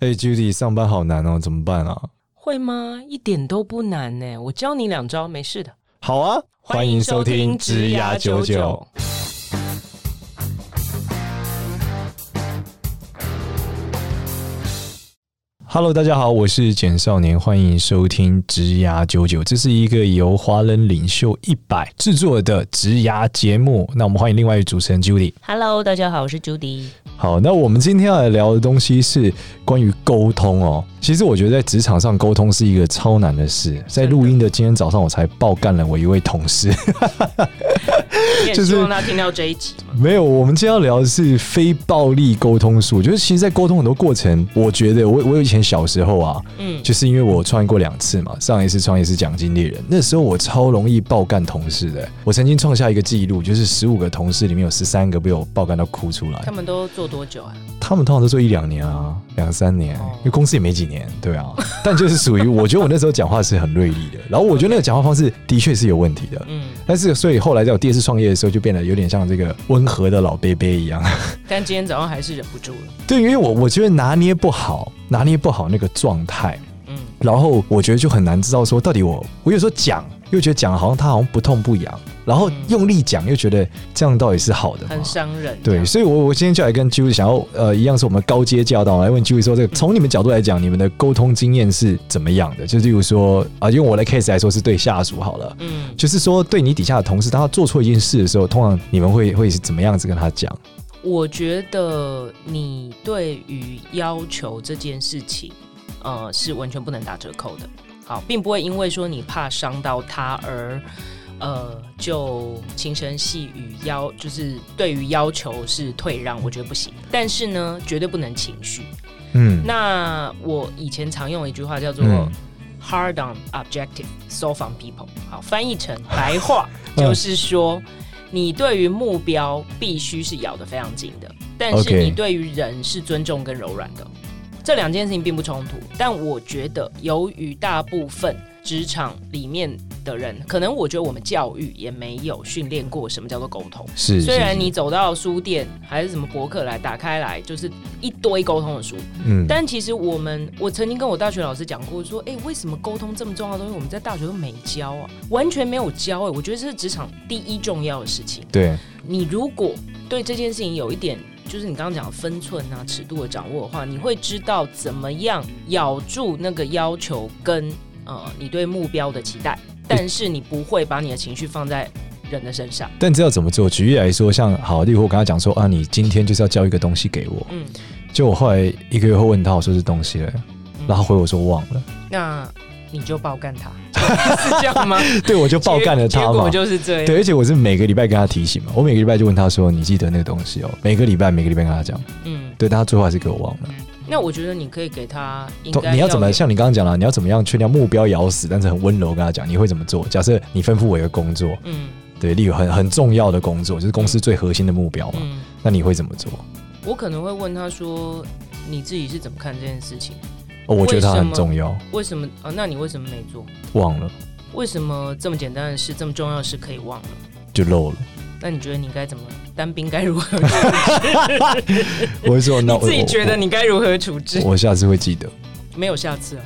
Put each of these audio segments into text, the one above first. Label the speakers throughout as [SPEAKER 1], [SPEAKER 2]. [SPEAKER 1] 哎、j u d y 上班好难哦，怎么办啊？
[SPEAKER 2] 会吗？一点都不难呢、我教你两招，没事的。
[SPEAKER 1] 好啊，欢迎收听《职涯九九》。Hello，大家好，我是简少年，欢迎收听《职涯九九》，这是一个由华人领袖一百制作的职涯节目。那我们欢迎另外一位主持人 Judy。
[SPEAKER 2] Hello，大家好，我是 Judy。
[SPEAKER 1] 好，那我们今天要来聊的东西是关于沟通哦。其实我觉得在职场上沟通是一个超难的事。在录音的今天早上，我才爆干了我一位同事。
[SPEAKER 2] 你也
[SPEAKER 1] 就是
[SPEAKER 2] 希望他听到这一集吗？
[SPEAKER 1] 没有，我们今天要聊的是非暴力沟通术。就是其实，在沟通很多过程，我觉得我我以前小时候啊，
[SPEAKER 2] 嗯，
[SPEAKER 1] 就是因为我创业过两次嘛，上一次创业是奖金猎人，那时候我超容易爆干同事的。我曾经创下一个记录，就是十五个同事里面有十三个被我爆干到哭出来
[SPEAKER 2] 他。们都做多久啊？
[SPEAKER 1] 他们通常都做一两年啊，两三年
[SPEAKER 2] 哦，
[SPEAKER 1] 因为公司也没几年，对啊。 但就是属于我觉得我那时候讲话是很锐利的，然后我觉得那个讲话方式的确是有问题的。
[SPEAKER 2] 嗯，
[SPEAKER 1] 但是，所以后来在我第二次创业的时候，就变得有点像这个温和的老贝贝一样。
[SPEAKER 2] 但今天早上还是忍不住了。
[SPEAKER 1] 对，因为我我觉得拿捏不好，拿捏不好那个状态，
[SPEAKER 2] 嗯，
[SPEAKER 1] 然后我觉得就很难知道说到底我我有时候讲又觉得讲好像他好像不痛不痒，然后
[SPEAKER 2] 嗯
[SPEAKER 1] 用力讲又觉得这样到底是好的吗
[SPEAKER 2] 很？伤人。
[SPEAKER 1] 对，所以我，我今天就来跟 Julie 想要呃，一样是我们高阶教导来哎问 Julie 说，这个从你们角度来讲，你们的沟通经验是怎么样的？就例如说啊，用我的 case 来说，是对下属好了，
[SPEAKER 2] 嗯，
[SPEAKER 1] 就是说对你底下的同事，当他做错一件事的时候，通常你们会会是怎么样子跟他讲？
[SPEAKER 2] 我觉得你对于要求这件事情，呃，是完全不能打折扣的。好，并不会因为说你怕伤到他而，呃，就轻声细语要，就是对于要求是退让，我觉得不行。但是呢，绝对不能情绪。
[SPEAKER 1] 嗯，
[SPEAKER 2] 那我以前常用一句话叫做
[SPEAKER 1] 嗯
[SPEAKER 2] “hard on objective, soft on people”，好，翻译成白话
[SPEAKER 1] 嗯
[SPEAKER 2] 就是说，你对于目标必须是咬得非常紧的，但是
[SPEAKER 1] OK
[SPEAKER 2] 你对于人是尊重跟柔软的。这两件事情并不冲突，但我觉得由于大部分职场里面的人，可能我觉得我们教育也没有训练过什么叫做沟通。
[SPEAKER 1] 是，
[SPEAKER 2] 虽然
[SPEAKER 1] 是
[SPEAKER 2] 你走到书店还是什么博客来打开来，就是一堆沟通的书，
[SPEAKER 1] 嗯，
[SPEAKER 2] 但其实我们，我曾经跟我大学老师讲过，说，哎、为什么沟通这么重要的东西，我们在大学都没教啊，完全没有教、哎，我觉得这是职场第一重要的事情。
[SPEAKER 1] 对，
[SPEAKER 2] 你如果对这件事情有一点，就是你刚刚讲的分寸啊、尺度的掌握的话，你会知道怎么样咬住那个要求跟呃你对目标的期待，但是你不会把你的情绪放在人的身上。
[SPEAKER 1] 但知道怎么做。举例来说，像好，例如我跟他讲说啊，你今天就是要交一个东西给我，
[SPEAKER 2] 嗯，
[SPEAKER 1] 就我后来一个月后问他，我说是东西了，
[SPEAKER 2] 嗯
[SPEAKER 1] 然后他回我说忘 了，
[SPEAKER 2] 那你就爆干他， 是这样吗？
[SPEAKER 1] 对我就 爆干了
[SPEAKER 2] 结
[SPEAKER 1] 他
[SPEAKER 2] 果
[SPEAKER 1] 嘛。
[SPEAKER 2] 就是这样。
[SPEAKER 1] 对，而且我是每个礼拜跟他提醒嘛，我每个礼拜就问他说：“你记得那个东西哦。”每个礼拜，每个礼拜跟他讲，
[SPEAKER 2] 嗯。
[SPEAKER 1] 对，但他最后还是给我忘了。
[SPEAKER 2] 那我觉得你可以给他应该
[SPEAKER 1] 你要
[SPEAKER 2] 要
[SPEAKER 1] 怎么
[SPEAKER 2] 有
[SPEAKER 1] 像你刚刚讲了，你要怎么样确定目标咬死，但是很温柔跟他讲，你会怎么做？假设你吩咐我一个工作，
[SPEAKER 2] 嗯
[SPEAKER 1] 对，例如很很重要的工作，就是公司最核心的目标嘛，
[SPEAKER 2] 嗯，
[SPEAKER 1] 那你会怎么做？
[SPEAKER 2] 我可能会问他说你自己是怎么看这件事情？
[SPEAKER 1] 哦，我觉得它
[SPEAKER 2] 为什
[SPEAKER 1] 很
[SPEAKER 2] 么
[SPEAKER 1] 重要，
[SPEAKER 2] 为什么啊？那你为什么没做？
[SPEAKER 1] 忘了
[SPEAKER 2] 为什么这么简单的事，这么重要的事可以忘了？
[SPEAKER 1] 就漏了。
[SPEAKER 2] 那你觉得你该怎么单兵该如何？
[SPEAKER 1] 我会说，那
[SPEAKER 2] 你
[SPEAKER 1] 我
[SPEAKER 2] 自己觉得
[SPEAKER 1] 我
[SPEAKER 2] 你该如何处置？
[SPEAKER 1] 我下次会记得。
[SPEAKER 2] 没有下次啊。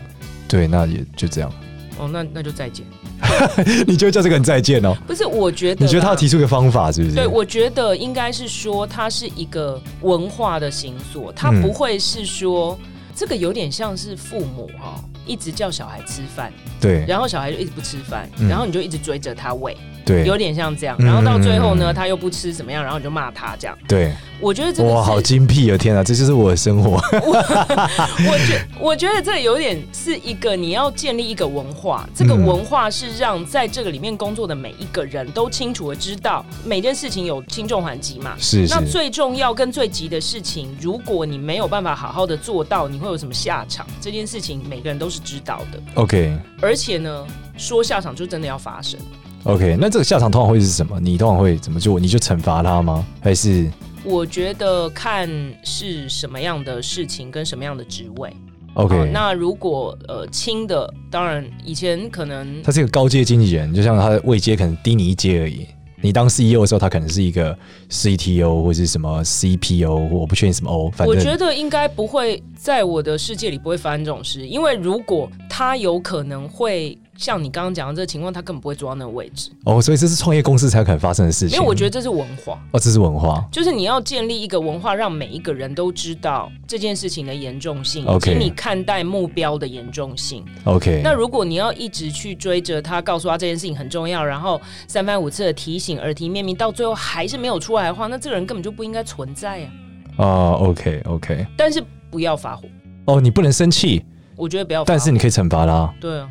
[SPEAKER 1] 对，那也就这样。
[SPEAKER 2] 哦，那那就再见。
[SPEAKER 1] 你就叫这个人再见哦。
[SPEAKER 2] 不是，我觉得
[SPEAKER 1] 你觉得他
[SPEAKER 2] 啦
[SPEAKER 1] 要提出一个方法是不是？
[SPEAKER 2] 啊对，我觉得应该是说它是一个文化的形塑，它
[SPEAKER 1] 嗯
[SPEAKER 2] 不会是说、这个有点像是父母哦，一直叫小孩吃饭，
[SPEAKER 1] 对
[SPEAKER 2] 然后小孩就一直不吃饭，
[SPEAKER 1] 嗯
[SPEAKER 2] 然后你就一直追着他喂，有
[SPEAKER 1] 对
[SPEAKER 2] 点像这样。
[SPEAKER 1] 嗯
[SPEAKER 2] 然后到最后呢，
[SPEAKER 1] 嗯
[SPEAKER 2] 他又不吃怎么样，然后你就骂他这样。
[SPEAKER 1] 对，
[SPEAKER 2] 我觉得这个
[SPEAKER 1] 哇，好
[SPEAKER 2] 是，
[SPEAKER 1] 精辟哦！天啊，这就是我的生活。
[SPEAKER 2] 我觉我觉得这有点是一个你要建立一个文化，这个
[SPEAKER 1] 嗯
[SPEAKER 2] 文化是让在这个里面工作的每一个人都清楚的知道每件事情有轻重缓急嘛。
[SPEAKER 1] 是
[SPEAKER 2] 那
[SPEAKER 1] 是，
[SPEAKER 2] 最重要跟最急的事情，如果你没有办法好好的做到，你会有什么下场？这件事情每个人都是知道的，
[SPEAKER 1] OK
[SPEAKER 2] 而且呢，说下场就真的要发生。
[SPEAKER 1] OK。那这个下场通常会是什么？你通常会怎么做？你就惩罚他吗？还是
[SPEAKER 2] 我觉得看是什么样的事情跟什么样的职位。哦
[SPEAKER 1] OK？
[SPEAKER 2] 那如果呃轻的，当然以前可能
[SPEAKER 1] 他是一个高阶经纪人，就像他的位阶可能低你一阶而已。你当 CEO 的时候，他可能是一个 CTO 或是什么 CPO，或我不确定什么 O，反
[SPEAKER 2] 我
[SPEAKER 1] 正
[SPEAKER 2] 觉得应该不会在我的世界里不会发生这种事，因为如果他有可能会像你刚刚讲的这个情况，他根本不会坐到那个位置，
[SPEAKER 1] 哦，所以这是创业公司才可能发生的事
[SPEAKER 2] 因为
[SPEAKER 1] 情。
[SPEAKER 2] 我觉得这是文化。
[SPEAKER 1] 哦，这是文化。
[SPEAKER 2] 就是你要建立一个文化，让每一个人都知道这件事情的严重性
[SPEAKER 1] OK
[SPEAKER 2] 以及你看待目标的严重性。
[SPEAKER 1] OK，
[SPEAKER 2] 那如果你要一直去追着他，告诉他这件事情很重要，然后三番五次的提醒、耳提面命，到最后还是没有出来的话，那这个人根本就不应该存在呀、
[SPEAKER 1] 哦，OK OK，
[SPEAKER 2] 但是不要发火，
[SPEAKER 1] 哦，你不能生气，
[SPEAKER 2] 我觉得不要发火。
[SPEAKER 1] 但是你可以惩罚他。
[SPEAKER 2] 对啊，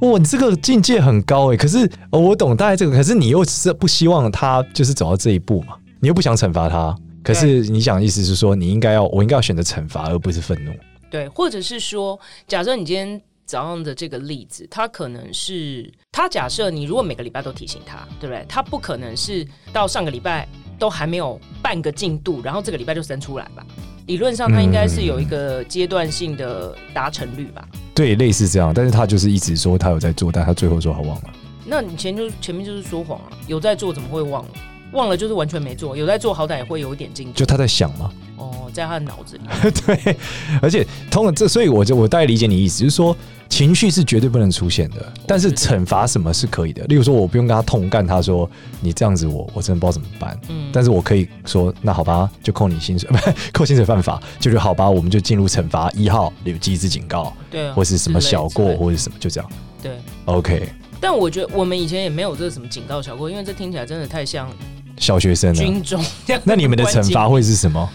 [SPEAKER 1] 哇，你这个境界很高哎！可是、哦、我懂大概这个，可是你又是不希望他就是走到这一步嘛？你又不想惩罚他，可是你想意思是说，你应该要我应该要选择惩罚而不是愤怒。
[SPEAKER 2] 对，或者是说，假设你今天早上的这个例子，他可能是他假设你如果每个礼拜都提醒他，对不对？他不可能是到上个礼拜都还没有半个进度，然后这个礼拜就生出来吧？理论上，他应该是有一个阶段性的达成率吧？
[SPEAKER 1] 对，类似这样，但是他就是一直说他有在做，但他最后说他忘了。
[SPEAKER 2] 那你前就前面就是说谎啊，有在做怎么会忘了？忘了就是完全没做，有在做好歹也会有一点进度
[SPEAKER 1] 就他在想嘛，
[SPEAKER 2] 哦，在他的脑 子里。
[SPEAKER 1] 对，而且通常这，所以我就我大概理解你意思，就是说情绪是绝对不能出现的，但是惩罚什么是可以的。例如说，我不用跟他痛干，他说你这样子我我真的不知道怎么办，
[SPEAKER 2] 嗯，
[SPEAKER 1] 但是我可以说那好吧，就扣你薪水， 不扣薪水犯法，就是好吧，我们就进入惩罚一号，有机制警告
[SPEAKER 2] 对啊，
[SPEAKER 1] 或是什么小
[SPEAKER 2] 之类
[SPEAKER 1] 过
[SPEAKER 2] 之类
[SPEAKER 1] 或者什么，就这样。
[SPEAKER 2] 对。
[SPEAKER 1] OK，
[SPEAKER 2] 但我觉得我们以前也没有这个什么警告小过，因为这听起来真的太像
[SPEAKER 1] 小学生呢？
[SPEAKER 2] 军中。
[SPEAKER 1] 那你们的惩罚会是什么？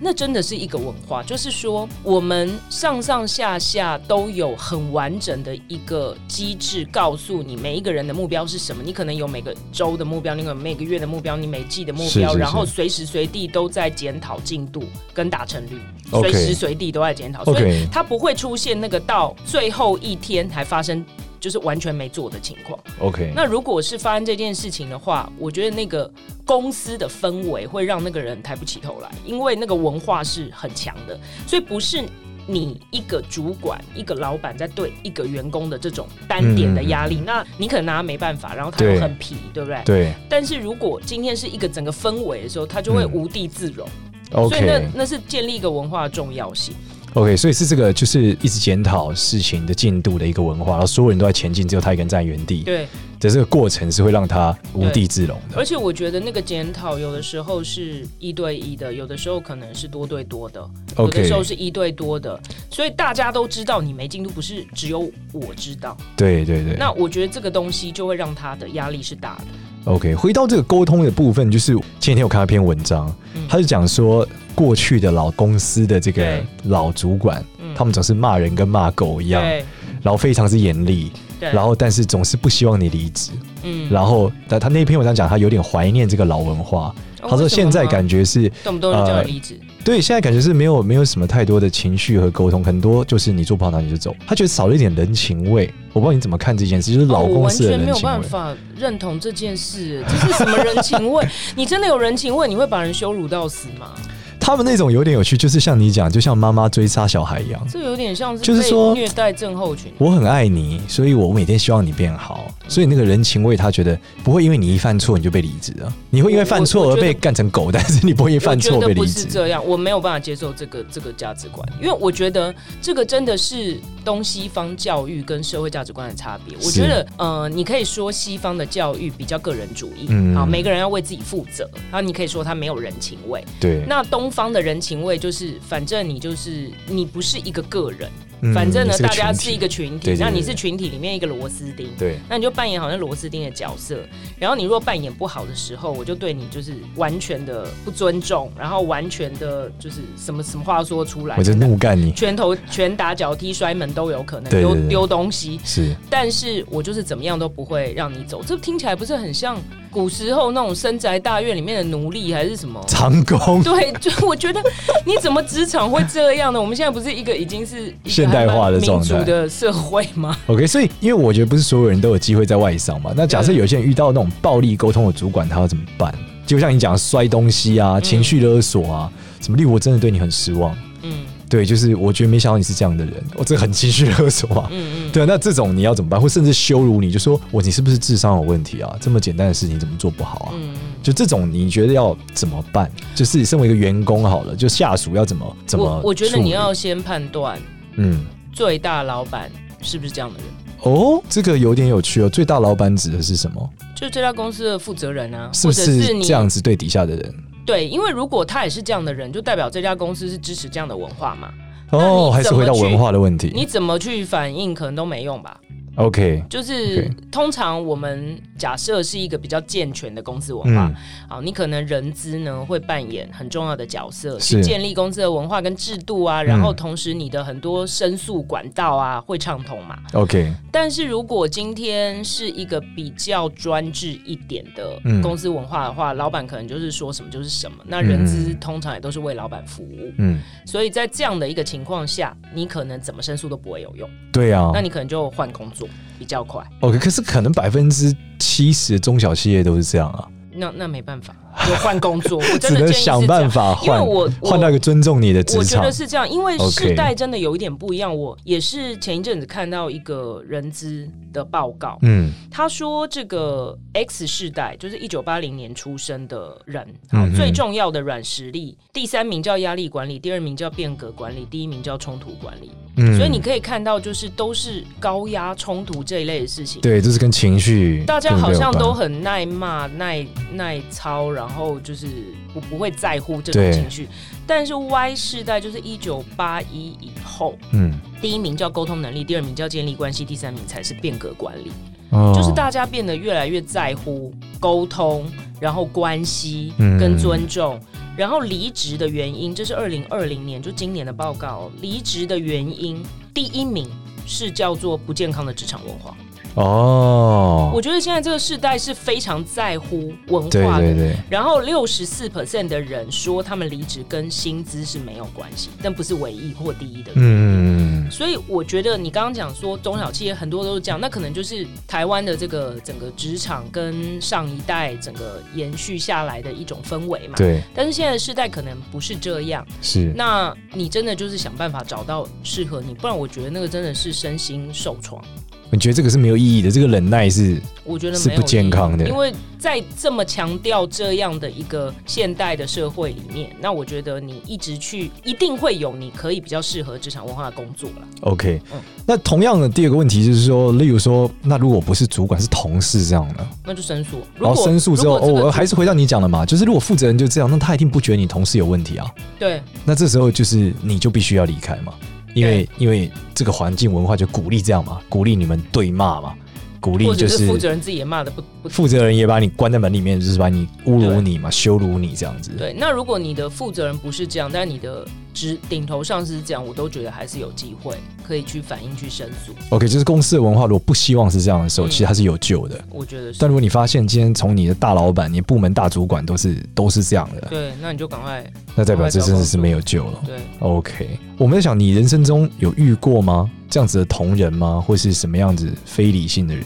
[SPEAKER 2] 那真的是一个文化，就是说我们上上下下都有很完整的一个机制，告诉你每一个人的目标是什么。你可能有每个周的目标，你可能每个月的目标，你每季的目标，
[SPEAKER 1] 是是是
[SPEAKER 2] 然后随时随地都在检讨进度跟达成率，
[SPEAKER 1] OK
[SPEAKER 2] 随时随地都在检讨
[SPEAKER 1] OK
[SPEAKER 2] 所以它不会出现那个到最后一天才发生就是完全没做的情况。
[SPEAKER 1] OK，
[SPEAKER 2] 那如果是发生这件事情的话，我觉得那个公司的氛围会让那个人抬不起头来，因为那个文化是很强的，所以不是你一个主管、一个老板在对一个员工的这种单点的压力，那你可能拿他没办法，然后他
[SPEAKER 1] 对
[SPEAKER 2] 又很皮，对不对？
[SPEAKER 1] 嗯对
[SPEAKER 2] 但是如果今天是一个整个氛围的时候，他就会
[SPEAKER 1] 嗯
[SPEAKER 2] 无地自容，所以那
[SPEAKER 1] ，OK
[SPEAKER 2] 那是建立一个文化的重要性。
[SPEAKER 1] OK，所以是这个就是一直检讨事情的进度的一个文化，然后所有人都在前进，只有他一个人站在原地
[SPEAKER 2] 对，
[SPEAKER 1] 的这个过程是会让他无地自容的。
[SPEAKER 2] 而且我觉得那个检讨有的时候是一对一的，有的时候可能是多对多的。有的
[SPEAKER 1] OK，
[SPEAKER 2] 时候是一对多的，所以大家都知道你没进度，不是只有我知道。
[SPEAKER 1] 对对对。
[SPEAKER 2] 那我觉得这个东西就会让他的压力是大的。
[SPEAKER 1] OK，回到这个沟通的部分，就是前几天我看到一篇文章，
[SPEAKER 2] 嗯
[SPEAKER 1] 他就讲说过去的老公司的这个
[SPEAKER 2] 对
[SPEAKER 1] 老主管，
[SPEAKER 2] 嗯
[SPEAKER 1] 他们总是骂人跟骂狗一样，
[SPEAKER 2] 对
[SPEAKER 1] 然后非常之严厉，
[SPEAKER 2] 对，
[SPEAKER 1] 然后但是总是不希望你离职。
[SPEAKER 2] 嗯
[SPEAKER 1] 然后他他那篇文章讲他有点怀念这个老文化，
[SPEAKER 2] 哦
[SPEAKER 1] 他说
[SPEAKER 2] 为什么
[SPEAKER 1] 现在
[SPEAKER 2] 吗
[SPEAKER 1] 感觉是
[SPEAKER 2] 动不动就叫
[SPEAKER 1] 呃
[SPEAKER 2] 你离职，
[SPEAKER 1] 对，现在感觉是没有没有什么太多的情绪和沟通，很多就是你做不好那你就走，他觉得少了一点人情味。我不知道你怎么看这件事，就是老
[SPEAKER 2] 我
[SPEAKER 1] 公
[SPEAKER 2] 哦完
[SPEAKER 1] 司的
[SPEAKER 2] 全
[SPEAKER 1] 人
[SPEAKER 2] 没有
[SPEAKER 1] 情
[SPEAKER 2] 办
[SPEAKER 1] 味。
[SPEAKER 2] 法认同这件事，这是什么人 情味？你真的有人情味，你会把人羞辱到死吗？
[SPEAKER 1] 他们那种有点有趣，就是像你讲，就像妈妈追杀小孩一样。
[SPEAKER 2] 这有点像是
[SPEAKER 1] 就是
[SPEAKER 2] 被
[SPEAKER 1] 说
[SPEAKER 2] 虐待症候群。
[SPEAKER 1] 我很爱你，所以我每天希望你变好。所以那个人情味，他觉得不会因为你一犯错你就被离职啊，你会因为犯
[SPEAKER 2] 我
[SPEAKER 1] 错
[SPEAKER 2] 我
[SPEAKER 1] 而
[SPEAKER 2] 觉得
[SPEAKER 1] 被干成狗，但是你不会因为
[SPEAKER 2] 我
[SPEAKER 1] 犯
[SPEAKER 2] 觉
[SPEAKER 1] 错
[SPEAKER 2] 得
[SPEAKER 1] 被
[SPEAKER 2] 不
[SPEAKER 1] 离
[SPEAKER 2] 是
[SPEAKER 1] 职。
[SPEAKER 2] 这样，我没有办法接受这个这个价值观，因为我觉得这个真的是东西方教育跟社会价值观的差别。我
[SPEAKER 1] 是
[SPEAKER 2] 觉得，呃，你可以说西方的教育比较个人主义，
[SPEAKER 1] 嗯
[SPEAKER 2] 好，每个人要为自己负责，然后你可以说他没有人情味。
[SPEAKER 1] 对，
[SPEAKER 2] 那东方的人情味就是，反正你就是你不是一个个人，
[SPEAKER 1] 嗯
[SPEAKER 2] 反正呢
[SPEAKER 1] 你是个
[SPEAKER 2] 大家
[SPEAKER 1] 群体
[SPEAKER 2] 是一个群体，
[SPEAKER 1] 对对对
[SPEAKER 2] 那你
[SPEAKER 1] 对
[SPEAKER 2] 是群体里面一个螺丝钉。
[SPEAKER 1] 对
[SPEAKER 2] 那你就扮演好像螺丝钉的角色，然后你若扮演不好的时候，我就对你就是完全的不尊重，然后完全的就是什么什么话都说出来，
[SPEAKER 1] 我就怒干你，
[SPEAKER 2] 拳头、拳打脚踢、摔门都有可能，
[SPEAKER 1] 对对对
[SPEAKER 2] 丢丢东西，
[SPEAKER 1] 是
[SPEAKER 2] 但是我就是怎么样都不会让你走。这听起来不是很像古时候那种深宅大院里面的奴隶还是什么？
[SPEAKER 1] 长工。
[SPEAKER 2] 对，就我觉得你怎么职场会这样呢？我们现在不是一个已经是一个
[SPEAKER 1] 现代化的
[SPEAKER 2] 还蛮民
[SPEAKER 1] 状态
[SPEAKER 2] 主的社会吗？
[SPEAKER 1] OK，所以因为我觉得不是所有人都有机会在外商嘛。那假
[SPEAKER 2] 嗯
[SPEAKER 1] 设有些人遇到那种暴力沟通的主管，他要怎么办？
[SPEAKER 2] 嗯
[SPEAKER 1] 就像你讲摔东西啊、情绪勒索啊，什么例如我真的对你很失望，
[SPEAKER 2] 嗯，
[SPEAKER 1] 对，就是我觉得没想到你是这样的人，我、这很情绪勒索啊。
[SPEAKER 2] 嗯嗯，
[SPEAKER 1] 对啊，那这种你要怎么办？或甚至羞辱你，就说我你是不是智商有问题啊？这么简单的事情怎么做不好啊？
[SPEAKER 2] 嗯嗯。
[SPEAKER 1] 就这种你觉得要怎么办？就是身为一个员工好了，就下属要怎么怎么
[SPEAKER 2] 我我觉得
[SPEAKER 1] 处理
[SPEAKER 2] 你要先判断
[SPEAKER 1] 嗯
[SPEAKER 2] 最大老板是不是这样的人，
[SPEAKER 1] 哦，这个有点有趣哦。最大老板指的是什么？
[SPEAKER 2] 就是这家公司的负责人啊，
[SPEAKER 1] 是不
[SPEAKER 2] 或者是
[SPEAKER 1] 是
[SPEAKER 2] 你
[SPEAKER 1] 这样子对底下的人？
[SPEAKER 2] 对，因为如果他也是这样的人，就代表这家公司是支持这样的文化嘛。那
[SPEAKER 1] 哦，
[SPEAKER 2] 你
[SPEAKER 1] 还是
[SPEAKER 2] 怎么
[SPEAKER 1] 回到
[SPEAKER 2] 去
[SPEAKER 1] 文化的问题。
[SPEAKER 2] 你怎么去反应，可能都没用吧。
[SPEAKER 1] OK，
[SPEAKER 2] 就是
[SPEAKER 1] OK
[SPEAKER 2] 通常我们假设是一个比较健全的公司文化
[SPEAKER 1] 嗯，，
[SPEAKER 2] 好，你可能人资呢会扮演很重要的角色，
[SPEAKER 1] 是
[SPEAKER 2] 去建立公司的文化跟制度啊，然后
[SPEAKER 1] 嗯
[SPEAKER 2] 同时你的很多申诉管道啊会畅通嘛。
[SPEAKER 1] OK，
[SPEAKER 2] 但是如果今天是一个比较专制一点的
[SPEAKER 1] 嗯
[SPEAKER 2] 公司文化的话，老板可能就是说什么就是什么，那
[SPEAKER 1] 嗯
[SPEAKER 2] 人资通常也都是为老板服务，
[SPEAKER 1] 嗯，
[SPEAKER 2] 所以在这样的一个情况下，你可能怎么申诉都不会有用，
[SPEAKER 1] 对啊
[SPEAKER 2] 那。你可能就换工作比较快。
[SPEAKER 1] OK，可是可能百分之七十的中小企业都是这样啊，
[SPEAKER 2] 那那没办法，就换工 作，我
[SPEAKER 1] 只
[SPEAKER 2] 真
[SPEAKER 1] 能
[SPEAKER 2] 的建议是这
[SPEAKER 1] 想
[SPEAKER 2] 样
[SPEAKER 1] 办法
[SPEAKER 2] 因为
[SPEAKER 1] 换
[SPEAKER 2] 我我
[SPEAKER 1] 换到一个尊重你的职
[SPEAKER 2] 我觉
[SPEAKER 1] 场
[SPEAKER 2] 得。是这样，因为
[SPEAKER 1] OK
[SPEAKER 2] 世代真的有一点不一样。我也是前一阵子看到一个人资的报告，
[SPEAKER 1] 嗯
[SPEAKER 2] 他说这个 X 世代就是一九八零年出生的人，好、
[SPEAKER 1] 嗯哼
[SPEAKER 2] 最重要的软实力，第三名叫压力管理，第二名叫变革管理，第一名叫冲突管理。
[SPEAKER 1] 嗯，
[SPEAKER 2] 所以你可以看到，就是都是高压冲突这一类的事情。
[SPEAKER 1] 对，这是跟情绪
[SPEAKER 2] 大家
[SPEAKER 1] 对不
[SPEAKER 2] 好
[SPEAKER 1] 对有
[SPEAKER 2] 像
[SPEAKER 1] 关
[SPEAKER 2] 都很耐骂、耐耐操，然后就是不不会在乎这
[SPEAKER 1] 对
[SPEAKER 2] 种情绪。但是 Y 世代就是一九八一以后，
[SPEAKER 1] 嗯，
[SPEAKER 2] 第一名叫沟通能力，第二名叫建立关系，第三名才是变革管理。
[SPEAKER 1] 哦
[SPEAKER 2] 就是大家变得越来越在乎沟通，然后关系
[SPEAKER 1] 嗯
[SPEAKER 2] 跟尊重。然后离职的原因，这是二零二零年就今年的报告哦、离职的原因第一名是叫做不健康的职场文化。
[SPEAKER 1] 哦，
[SPEAKER 2] 我觉得现在这个世代是非常在乎文化的。
[SPEAKER 1] 对对对，
[SPEAKER 2] 然后六十四 percent 的人说他们离职跟薪资是没有关系，但不是唯一或第一的。
[SPEAKER 1] 嗯嗯
[SPEAKER 2] 所以我觉得你刚刚讲说中小企业很多都是这样，那可能就是台湾的这个整个职场跟上一代整个延续下来的一种氛围嘛。
[SPEAKER 1] 对
[SPEAKER 2] 但是现在的世代可能不是这样，
[SPEAKER 1] 是，
[SPEAKER 2] 那你真的就是想办法找到适合你，不然我觉得那个真的是身心受创。
[SPEAKER 1] 我觉得这个是没有意义的，这个忍耐是
[SPEAKER 2] 我觉得
[SPEAKER 1] 是
[SPEAKER 2] 没有
[SPEAKER 1] 不健康的
[SPEAKER 2] 意义因为在这么强调这样的一个现代的社会里面，那我觉得你一直去，一定会有你可以比较适合职场文化的工作了。
[SPEAKER 1] OK
[SPEAKER 2] 嗯。
[SPEAKER 1] 那同样的第二个问题就是说，例如说，那如果不是主管是同事这样的，
[SPEAKER 2] 那就申诉。如
[SPEAKER 1] 然
[SPEAKER 2] 果
[SPEAKER 1] 后申诉之后，
[SPEAKER 2] 如果这个
[SPEAKER 1] 哦，还是回到你讲的嘛，就是如果负责人就这样，那他一定不觉得你同事有问题啊。
[SPEAKER 2] 对
[SPEAKER 1] 那这时候就是你就必须要离开嘛，因为因为这个环境文化就鼓励这样嘛，鼓励你们对骂嘛，鼓励
[SPEAKER 2] 或
[SPEAKER 1] 就
[SPEAKER 2] 者
[SPEAKER 1] 是
[SPEAKER 2] 负责人自己也骂的不不
[SPEAKER 1] 负责人也把你关在门里面，就是把你侮辱你嘛，羞辱你这样子。
[SPEAKER 2] 对。那如果你的负责人不是这样，但你的职顶头上司是这样，我都觉得还是有机会可以去反映去申诉。
[SPEAKER 1] OK，就是公司的文化如果不希望是这样的时候，
[SPEAKER 2] 嗯
[SPEAKER 1] 其实它是有救的。
[SPEAKER 2] 我觉得是
[SPEAKER 1] 但如果你发现今天从你的大老板、你部门大主管都是都是这样的，
[SPEAKER 2] 对，那你就赶快
[SPEAKER 1] 那代表这真的是没有救了。
[SPEAKER 2] 对。
[SPEAKER 1] OK，我们在想，你人生中有遇过吗？这样子的同人吗？或是什么样子非理性的人？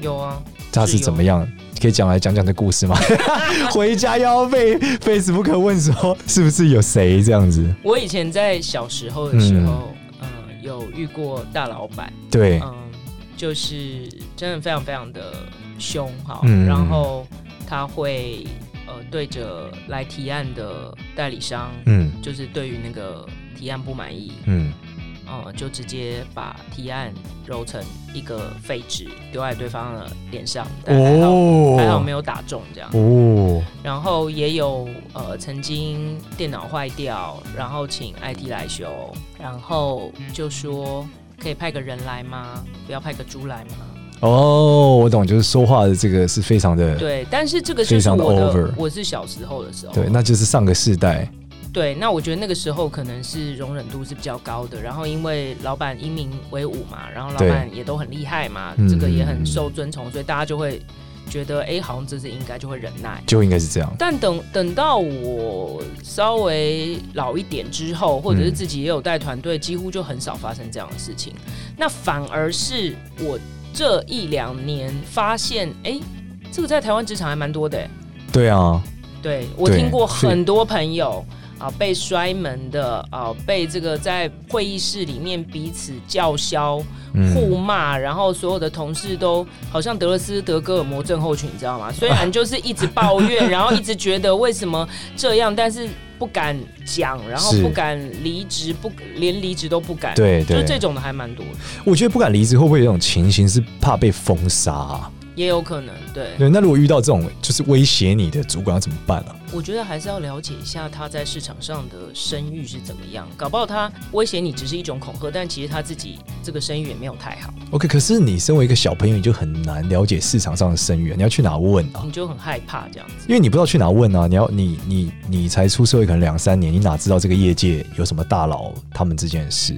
[SPEAKER 2] 有啊，
[SPEAKER 1] 他是
[SPEAKER 2] 是有
[SPEAKER 1] 怎么样？可以讲来讲讲这故事 吗？回家要被 Facebook 问说是不是有谁这样子？
[SPEAKER 2] 我以前在小时候的时候，嗯、有遇过大老板，
[SPEAKER 1] 对，
[SPEAKER 2] 嗯，就是真的非常非常的凶哈，
[SPEAKER 1] 嗯
[SPEAKER 2] 然后他会呃对着来提案的代理商，
[SPEAKER 1] 嗯
[SPEAKER 2] 就是对于那个提案不满意，
[SPEAKER 1] 嗯，
[SPEAKER 2] 嗯，就直接把提案揉成一个废纸丢在对方的脸上，但还好、还好没有打中这样。
[SPEAKER 1] 嗯哦，
[SPEAKER 2] 然后也有呃曾经电脑坏掉，然后请 IT 来修，然后就说可以派个人来吗？不要派个猪来吗？
[SPEAKER 1] 哦，我懂，就是说话的这个是非常的，
[SPEAKER 2] 对，但是这个就
[SPEAKER 1] 非
[SPEAKER 2] 是
[SPEAKER 1] 常的
[SPEAKER 2] 我
[SPEAKER 1] over
[SPEAKER 2] 我是小时候的时候，
[SPEAKER 1] 对，那就是上个世代，
[SPEAKER 2] 对那我觉得那个时候可能是容忍度是比较高的，然后因为老板英明威武嘛，然后老板也都很厉害嘛
[SPEAKER 1] 嗯，
[SPEAKER 2] 这个也很受尊崇，所以大家就会觉得，哎，好像这是应该就会忍耐。
[SPEAKER 1] 就应该是这样。
[SPEAKER 2] 但等等到我稍微老一点之后，或者
[SPEAKER 1] 嗯
[SPEAKER 2] 是自己也有带团队，几乎就很少发生这样的事情。那反而是我这一两年发现，哎、这个在台湾职场还蛮多的、诶
[SPEAKER 1] 对啊，
[SPEAKER 2] 对我
[SPEAKER 1] 对
[SPEAKER 2] 听过
[SPEAKER 1] 是
[SPEAKER 2] 很多朋友。啊，被摔门的啊，被这个在会议室里面彼此叫嚣、
[SPEAKER 1] 嗯
[SPEAKER 2] 互骂，然后所有的同事都好像德勒斯德哥尔摩症候群，你知道吗？虽然就是一直抱 怨，然后一直觉得为什么这样，但是不敢讲，然后
[SPEAKER 1] 是
[SPEAKER 2] 不敢离职，不连离职都不敢。
[SPEAKER 1] 对
[SPEAKER 2] 就是
[SPEAKER 1] 对，
[SPEAKER 2] 这种的还蛮多的，
[SPEAKER 1] 我觉得不敢离职会不会有一种情形是怕被封杀、啊？
[SPEAKER 2] 也有可能。对，
[SPEAKER 1] 对，那如果遇到这种就是威胁你的主管要怎么办啊？
[SPEAKER 2] 我觉得还是要了解一下他在市场上的声誉是怎么样，搞不好他威胁你只是一种恐吓，但其实他自己这个声誉也没有太好，
[SPEAKER 1] OK，可是你身为一个小朋友，你就很难了解市场上的声源，你要去哪问啊？
[SPEAKER 2] 你就很害怕这样子。
[SPEAKER 1] 因为你不知道去哪问啊！你要你你你才出社会可能两三年，你哪知道这个业界有什么大佬他们之间的事？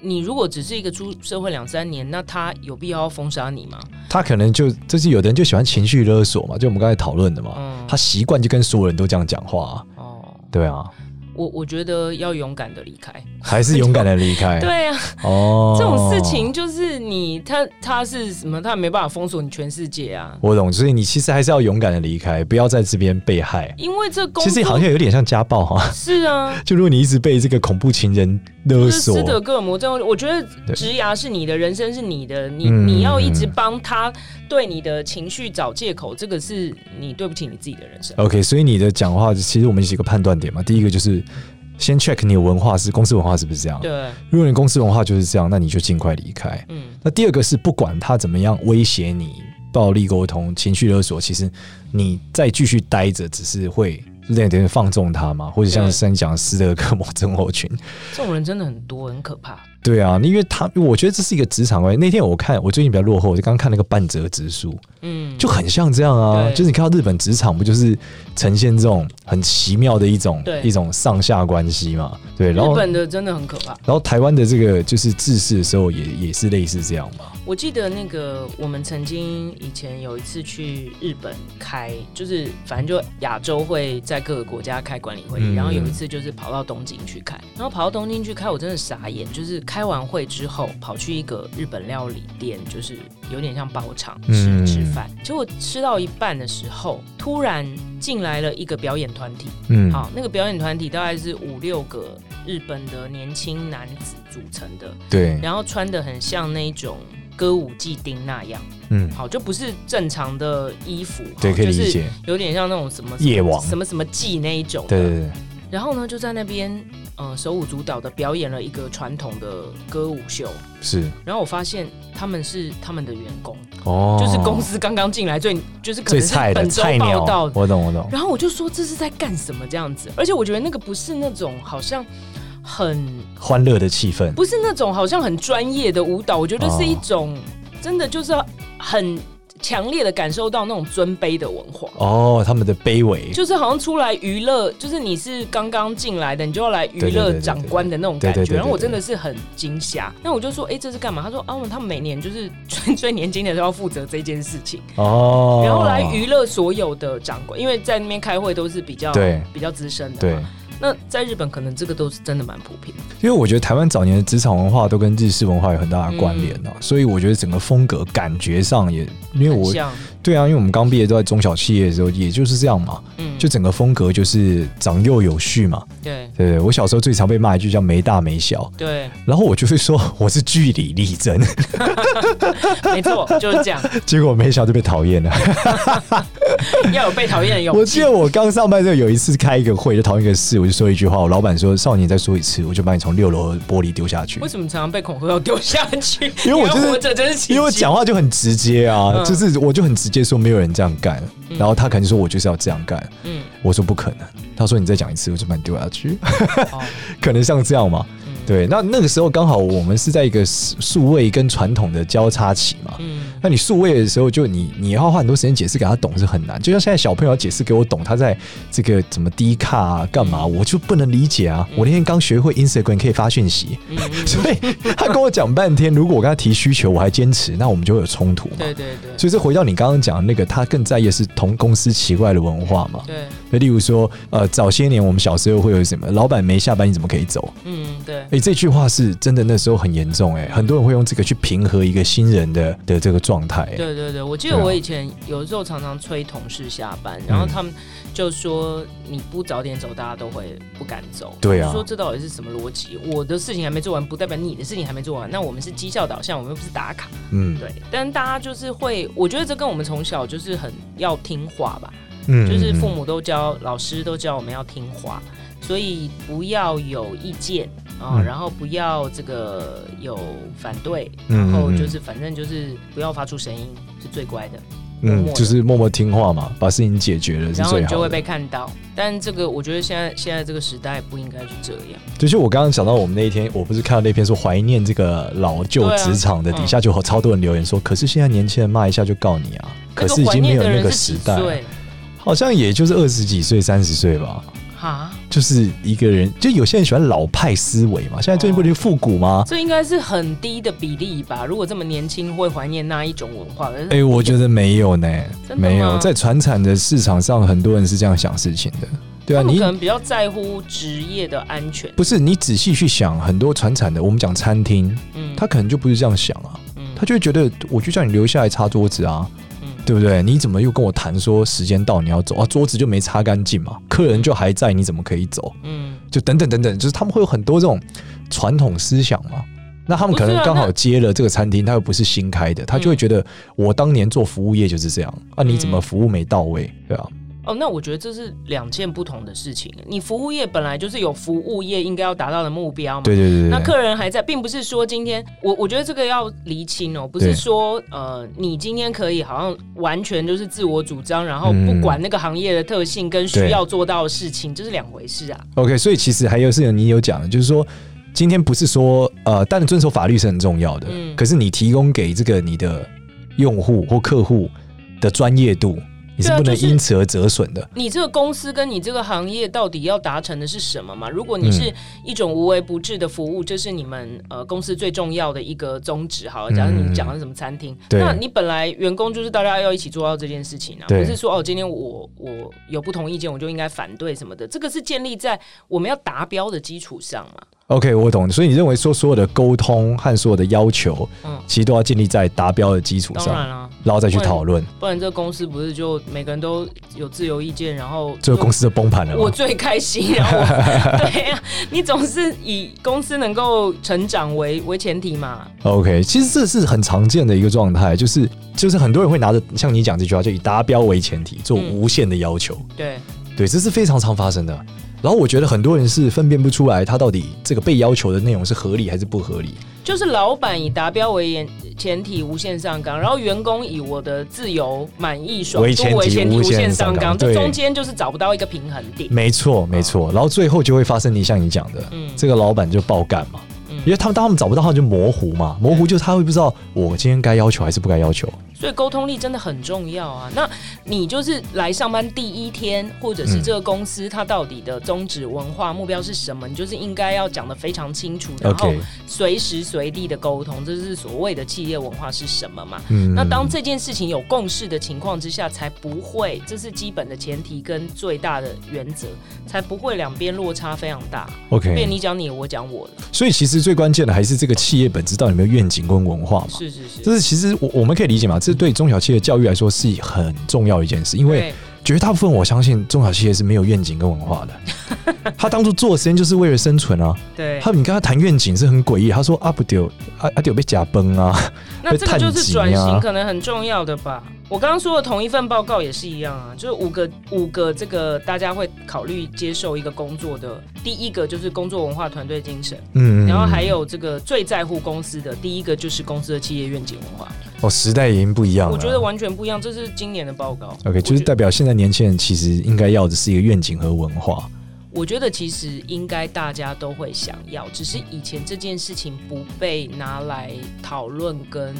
[SPEAKER 2] 你如果只是一个出社会两三年，那他有必要封杀你吗？
[SPEAKER 1] 他可能就就是有的人就喜欢情绪勒索嘛，就我们刚才讨论的嘛，
[SPEAKER 2] 嗯，
[SPEAKER 1] 哦他习惯就跟所有人都这样讲话、啊，
[SPEAKER 2] 哦，
[SPEAKER 1] 对啊，
[SPEAKER 2] 我我觉得要勇敢的离开。
[SPEAKER 1] 还 是勇敢的离开。
[SPEAKER 2] 对啊，
[SPEAKER 1] 哦，
[SPEAKER 2] 这种事情就是你他他是什么？他没办法封锁你全世界啊，
[SPEAKER 1] 我懂，所以你其实还是要勇敢的离开，不要在这边被害。
[SPEAKER 2] 因为这工
[SPEAKER 1] 其实
[SPEAKER 2] 作
[SPEAKER 1] 好像有点像家暴哈、
[SPEAKER 2] 是啊，
[SPEAKER 1] 就如果你一直被这个恐怖情人勒
[SPEAKER 2] 嗯就是斯
[SPEAKER 1] 索，
[SPEAKER 2] 德哥尔摩症候群，我觉得
[SPEAKER 1] 对
[SPEAKER 2] 职涯是你的，人生是你的，你
[SPEAKER 1] 嗯
[SPEAKER 2] 你要一直帮他对你的情绪找借口，这个是你对不起你自己的人生。
[SPEAKER 1] OK，所以你的讲话其实我们有几个判断点嘛，第一个就是先 check 你的文化是公司文化是不是这样，
[SPEAKER 2] 对，
[SPEAKER 1] 如果你公司文化就是这样，那你就尽快离开。
[SPEAKER 2] 嗯，
[SPEAKER 1] 那第二个是不管他怎么样威胁你、暴力沟通、情绪勒索，其实你再继续待着，只是会有点点放纵他嘛，或者像
[SPEAKER 2] 对
[SPEAKER 1] 三讲斯德哥尔摩症候群，
[SPEAKER 2] 这种人真的很多，很可怕。
[SPEAKER 1] 对啊，因为他我觉得这是一个职场关系。那天我看我最近比较落后，我就刚看那个半折指数，
[SPEAKER 2] 嗯，
[SPEAKER 1] 就很像这样啊，
[SPEAKER 2] 对
[SPEAKER 1] 就是你看到日本职场不就是呈现这种很奇妙的一种
[SPEAKER 2] 对
[SPEAKER 1] 一种上下关系嘛？对，然
[SPEAKER 2] 日
[SPEAKER 1] 后
[SPEAKER 2] 本的真的很可怕。
[SPEAKER 1] 然后台湾的这个就是制式的时候也也是类似这样嘛。
[SPEAKER 2] 我记得那个我们曾经以前有一次去日本开，就是反正就亚洲会在各个国家开管理会议，
[SPEAKER 1] 嗯
[SPEAKER 2] 然后有一次就是跑到东京去开，然后跑到东京去开，我真的傻眼，就是开完会之后跑去一个日本料理店，就是有点像包场吃
[SPEAKER 1] 嗯
[SPEAKER 2] 吃饭，结果吃到一半的时候，突然进来了一个表演团体，
[SPEAKER 1] 嗯，
[SPEAKER 2] 好，那个表演团体大概是五六个日本的年轻男子组成的，
[SPEAKER 1] 对，
[SPEAKER 2] 然后穿的很像那种歌舞伎町那样，
[SPEAKER 1] 嗯，
[SPEAKER 2] 好，就不是正常的衣服，
[SPEAKER 1] 对，
[SPEAKER 2] 好
[SPEAKER 1] 可以理，
[SPEAKER 2] 哦就是
[SPEAKER 1] 解。
[SPEAKER 2] 有点像那种什么
[SPEAKER 1] 夜王
[SPEAKER 2] 什么什么伎那一种，
[SPEAKER 1] 对对。对，
[SPEAKER 2] 然后呢，就在那边呃手舞足蹈的表演了一个传统的歌舞秀，
[SPEAKER 1] 是
[SPEAKER 2] 然后我发现他们是他们的员工，
[SPEAKER 1] 哦，
[SPEAKER 2] 就是公司刚刚进来最就是可
[SPEAKER 1] 最
[SPEAKER 2] 能是
[SPEAKER 1] 菜的
[SPEAKER 2] 本周
[SPEAKER 1] 菜鸟
[SPEAKER 2] 报道，
[SPEAKER 1] 我懂我懂。
[SPEAKER 2] 然后我就说这是在干什么这样子，而且我觉得那个不是那种好像很
[SPEAKER 1] 欢乐的气氛，
[SPEAKER 2] 不是那种好像很专业的舞蹈，我觉得是一种、真的就是很强烈的感受到那种尊卑的文化。
[SPEAKER 1] 哦，他们的卑微，
[SPEAKER 2] 就是好像出来娱乐，就是你是刚刚进来的，你就要来娱
[SPEAKER 1] 对对对
[SPEAKER 2] 乐
[SPEAKER 1] 对
[SPEAKER 2] 长官的那种
[SPEAKER 1] 对
[SPEAKER 2] 感
[SPEAKER 1] 对对对
[SPEAKER 2] 觉。
[SPEAKER 1] 对
[SPEAKER 2] 然后我真的是很惊吓，那我就说，哎、这是干嘛？他说，啊，他们每年就是最最年轻的都要负责这件事情，
[SPEAKER 1] 哦，
[SPEAKER 2] 然后来娱乐所有的长官，因为在那边开会都是比较
[SPEAKER 1] 对
[SPEAKER 2] 比较资深的。
[SPEAKER 1] 对，，
[SPEAKER 2] 那在日本可能这个都是真的蛮普遍的。
[SPEAKER 1] 因为我觉得台湾早年的职场文化都跟日式文化有很大的关联啊，
[SPEAKER 2] 嗯
[SPEAKER 1] 所以我觉得整个风格感觉上也，因为我
[SPEAKER 2] 像，
[SPEAKER 1] 对啊，因为我们刚毕业都在中小企业的时候，也就是这样嘛，
[SPEAKER 2] 嗯，
[SPEAKER 1] 就整个风格就是长幼有序嘛。
[SPEAKER 2] 对
[SPEAKER 1] 对我小时候最常被骂一句叫没大没小，
[SPEAKER 2] 对，
[SPEAKER 1] 然后我就会说我是据理力争，
[SPEAKER 2] 没错，就是这样。
[SPEAKER 1] 结果没想到就被讨厌了。
[SPEAKER 2] 要有被讨厌的勇
[SPEAKER 1] 我
[SPEAKER 2] 气
[SPEAKER 1] 记。得我刚上班的时候有一次开一个会，就讨论一个事，我就说一句话，我老板说少年再说一次，我就把你从六楼的玻璃丢下去
[SPEAKER 2] 为。什么常常被恐吓要丢下去？
[SPEAKER 1] 因为我就是
[SPEAKER 2] 你还活着真是奇迹
[SPEAKER 1] 因为我讲话就很直接啊，
[SPEAKER 2] 嗯
[SPEAKER 1] 就是我就很直接说没有人这样干，然后他可能说我就是要这样干，
[SPEAKER 2] 嗯
[SPEAKER 1] 我说不可能，他说你再讲一次我就把你丢下去，
[SPEAKER 2] 哦
[SPEAKER 1] 可能像这样嘛。
[SPEAKER 2] 嗯
[SPEAKER 1] 对，那那个时候刚好我们是在一个数数位跟传统的交叉期嘛。
[SPEAKER 2] 嗯
[SPEAKER 1] 那你数位的时候，就你你要花很多时间解释给他懂是很难，就像现在小朋友要解释给我懂，他在这个怎么低卡啊干
[SPEAKER 2] 嗯
[SPEAKER 1] 嘛，我就不能理解啊。我那天刚学会 Instagram 可以发讯息，
[SPEAKER 2] 嗯 嗯，
[SPEAKER 1] 所以他跟我讲半天，如果我跟他提需求，我还坚持，那我们就会有冲突嘛。
[SPEAKER 2] 对对对
[SPEAKER 1] 所以这回到你刚刚讲的那个，他更在意的是同公司奇怪的文化嘛。
[SPEAKER 2] 对，
[SPEAKER 1] 就例如说，呃，早些年我们小时候会有什么，老板没下班你怎么可以走？
[SPEAKER 2] 嗯，对，
[SPEAKER 1] 哎、这句话是真的，那时候很严重、哎，很多人会用这个去平衡一个新人的的这个状态、哎
[SPEAKER 2] 对对对，我记得
[SPEAKER 1] 对啊
[SPEAKER 2] 我以前有时候常常催同事下班，然后
[SPEAKER 1] 嗯
[SPEAKER 2] 他们就说你不早点走，大家都会不敢走。
[SPEAKER 1] 对
[SPEAKER 2] 我
[SPEAKER 1] 啊
[SPEAKER 2] 说，这到底是什么逻辑？我的事情还没做完，不代表你的事情还没做完。那我们是绩效导向，我们又不是打卡。
[SPEAKER 1] 嗯
[SPEAKER 2] 对，但大家就是会，我觉得这跟我们从小就是很要听话吧，
[SPEAKER 1] 嗯
[SPEAKER 2] 就是父
[SPEAKER 1] 嗯
[SPEAKER 2] 母都教，老师都教我们要听话，所以不要有意见啊、
[SPEAKER 1] 嗯
[SPEAKER 2] 然后不要这个有反对，
[SPEAKER 1] 嗯
[SPEAKER 2] 然后
[SPEAKER 1] 嗯嗯
[SPEAKER 2] 就是反正就是不要发出声音是最乖的，默
[SPEAKER 1] 嗯
[SPEAKER 2] 默，的
[SPEAKER 1] 就是默默听话嘛，把事情解决了是
[SPEAKER 2] 然后
[SPEAKER 1] 最
[SPEAKER 2] 你就
[SPEAKER 1] 好
[SPEAKER 2] 会
[SPEAKER 1] 的。
[SPEAKER 2] 被看到。但这个我觉得现在现在这个时代不应该是这样，
[SPEAKER 1] 就是我刚刚讲到我们那一天，我不是看到那篇说怀念这个老旧
[SPEAKER 2] 对啊
[SPEAKER 1] 职场的，底
[SPEAKER 2] 嗯
[SPEAKER 1] 下就有超多人留言说，可是现在年轻人骂一下就告你啊，可是
[SPEAKER 2] 那个
[SPEAKER 1] 已
[SPEAKER 2] 怀
[SPEAKER 1] 经没
[SPEAKER 2] 念
[SPEAKER 1] 有
[SPEAKER 2] 的
[SPEAKER 1] 那
[SPEAKER 2] 人
[SPEAKER 1] 个
[SPEAKER 2] 是
[SPEAKER 1] 时
[SPEAKER 2] 几
[SPEAKER 1] 代，
[SPEAKER 2] 岁
[SPEAKER 1] 好像也就是二十几岁、三十岁吧。
[SPEAKER 2] 哈，
[SPEAKER 1] 就是一个人，就有些人喜欢老派思维嘛。现在最近不是复古吗？
[SPEAKER 2] 这应该是很低的比例吧？如果这么年轻会怀念那一种文化，可是
[SPEAKER 1] 哎、我觉得没有呢，
[SPEAKER 2] 真的吗
[SPEAKER 1] 没有，在传产的市场上，很多人是这样想事情的，对啊，
[SPEAKER 2] 他们
[SPEAKER 1] 你
[SPEAKER 2] 可能比较在乎职业的安全。
[SPEAKER 1] 不是你仔细去想，很多传产的，我们讲餐厅，
[SPEAKER 2] 嗯，
[SPEAKER 1] 他可能就不是这样想啊，
[SPEAKER 2] 嗯
[SPEAKER 1] 他就会觉得我就叫你留下来擦桌子啊，
[SPEAKER 2] 嗯
[SPEAKER 1] 对不对？你怎么又跟我谈说时间到你要走啊？桌子就没擦干净嘛，客人就还在，你怎么可以走？
[SPEAKER 2] 嗯，
[SPEAKER 1] 就等等等等，就是他们会有很多这种传统思想嘛。那他们可能
[SPEAKER 2] 不是啊
[SPEAKER 1] 刚好接了这个餐厅，他又不是新开
[SPEAKER 2] 啊
[SPEAKER 1] 的，他就会
[SPEAKER 2] 嗯
[SPEAKER 1] 觉得我当年做服务业就是这样啊，你怎么服务没到位，对啊，
[SPEAKER 2] 哦，那我觉得这是两件不同的事情。你服务业本来就是有服务业应该要达到的目标嘛。
[SPEAKER 1] 对对对
[SPEAKER 2] 那
[SPEAKER 1] 对对，
[SPEAKER 2] 客人还在，并不是说今天我我觉得这个要厘清哦，不
[SPEAKER 1] 对
[SPEAKER 2] 是说呃你今天可以好像完全就是自我主张，然后不
[SPEAKER 1] 嗯
[SPEAKER 2] 管那个行业的特性跟需
[SPEAKER 1] 对
[SPEAKER 2] 要做到的事情，这是两回事啊。
[SPEAKER 1] OK，所以其实还有是你有讲的，就是说今天不是说呃，当然遵守法律是很重要的，
[SPEAKER 2] 嗯
[SPEAKER 1] 可是你提供给这个你的用户或客户的专业度，你是
[SPEAKER 2] 对啊
[SPEAKER 1] 不能
[SPEAKER 2] 就是
[SPEAKER 1] 因此而折损的。
[SPEAKER 2] 你这个公司跟你这个行业到底要达成的是什么嘛？如果你
[SPEAKER 1] 嗯
[SPEAKER 2] 是一种无微不至的服务，这是你们呃公司最重要的一个宗旨。好了，假如
[SPEAKER 1] 嗯
[SPEAKER 2] 你讲的是什么餐厅，
[SPEAKER 1] 对
[SPEAKER 2] 那你本来员工就是大家要一起做到这件事情啊，不
[SPEAKER 1] 对
[SPEAKER 2] 是说哦今天我我有不同意见我就应该反对什么的，这个是建立在我们要达标的基础上嘛。
[SPEAKER 1] OK，我懂。所以你认为说所有的沟通和所有的要求，
[SPEAKER 2] 嗯
[SPEAKER 1] 其实都要建立在达标的基础
[SPEAKER 2] 当
[SPEAKER 1] 上，
[SPEAKER 2] 然啦、
[SPEAKER 1] 然后再去讨论，
[SPEAKER 2] 不然这个公司不是就每个人都有自由意见，然后
[SPEAKER 1] 最后
[SPEAKER 2] 就
[SPEAKER 1] 公司就崩盘了
[SPEAKER 2] 我
[SPEAKER 1] 嘛。
[SPEAKER 2] 最开心，然后我 对呀、啊你总是以公司能够成长为为前提嘛。
[SPEAKER 1] OK，其实这是很常见的一个状态，就是就是很多人会拿着像你讲这句话，就以达标为前提，做
[SPEAKER 2] 嗯
[SPEAKER 1] 无限的要求。
[SPEAKER 2] 对，
[SPEAKER 1] 对，这是非常常发生的。然后我觉得很多人是分辨不出来，他到底这个被要求的内容是合理还是不合理。
[SPEAKER 2] 就是老板以达标为前前提无限上纲，然后员工以我的自由、满意、爽
[SPEAKER 1] 为前提
[SPEAKER 2] 度为前提
[SPEAKER 1] 无
[SPEAKER 2] 无
[SPEAKER 1] 限
[SPEAKER 2] 限
[SPEAKER 1] 上
[SPEAKER 2] 上
[SPEAKER 1] 纲
[SPEAKER 2] 纲，这
[SPEAKER 1] 对
[SPEAKER 2] 中间就是找不到一个平衡点。
[SPEAKER 1] 没错，没错。然后最后就会发生你像你讲的，
[SPEAKER 2] 嗯
[SPEAKER 1] 这个老板就爆干嘛，
[SPEAKER 2] 嗯
[SPEAKER 1] 因为他们当他们找不到，他们就模糊嘛，模糊就是他会不知道我今天该要求还是不该要求。
[SPEAKER 2] 所以沟通力真的很重要啊。那你就是来上班第一天，或者是
[SPEAKER 1] 嗯
[SPEAKER 2] 这个公司它到底的宗旨、文化、目标是什么，你就是应该要讲的非常清楚，然后
[SPEAKER 1] OK，
[SPEAKER 2] 随时随地的沟通，这是所谓的企业文化是什么嘛？
[SPEAKER 1] 嗯
[SPEAKER 2] 那当这件事情有共识的情况之下，才不会，这是基本的前提跟最大的原则，才不会两边落差非常大，变
[SPEAKER 1] 嗯 OK，
[SPEAKER 2] 你讲你的，我讲我的，
[SPEAKER 1] 所以其实最关键的还是这个企业本质到底有没有愿景跟文化嘛。
[SPEAKER 2] 是是是，
[SPEAKER 1] 这是其实我我们可以理解嘛，这对中小企业的教育来说是很重要的一件事，因为
[SPEAKER 2] 对
[SPEAKER 1] 绝大部分我相信中小企业是没有愿景跟文化的。 他当初做生意就是为了生存啊。
[SPEAKER 2] 对嗯
[SPEAKER 1] 他，你跟他谈愿景是很诡异，他说啊不丢啊啊丢被假崩啊，
[SPEAKER 2] 那这个就是转
[SPEAKER 1] 被探及啊
[SPEAKER 2] 型可能很重要的吧。我刚刚说的同一份报告也是一样啊，就是五个五个这个大家会考虑接受一个工作的，第一个就是工作文化、团队精神。
[SPEAKER 1] 嗯，
[SPEAKER 2] 然后还有这个最在乎公司的，第一个就是公司的企业愿景文化，
[SPEAKER 1] 哦时代已经不一样了。
[SPEAKER 2] 我觉得完全不一样。这是今年的报告。
[SPEAKER 1] OK，就是
[SPEAKER 2] 我觉
[SPEAKER 1] 代表现在年轻人其实应该要的是一个愿景和文化。
[SPEAKER 2] 我觉得其实应该大家都会想要，只是以前这件事情不被拿来讨论跟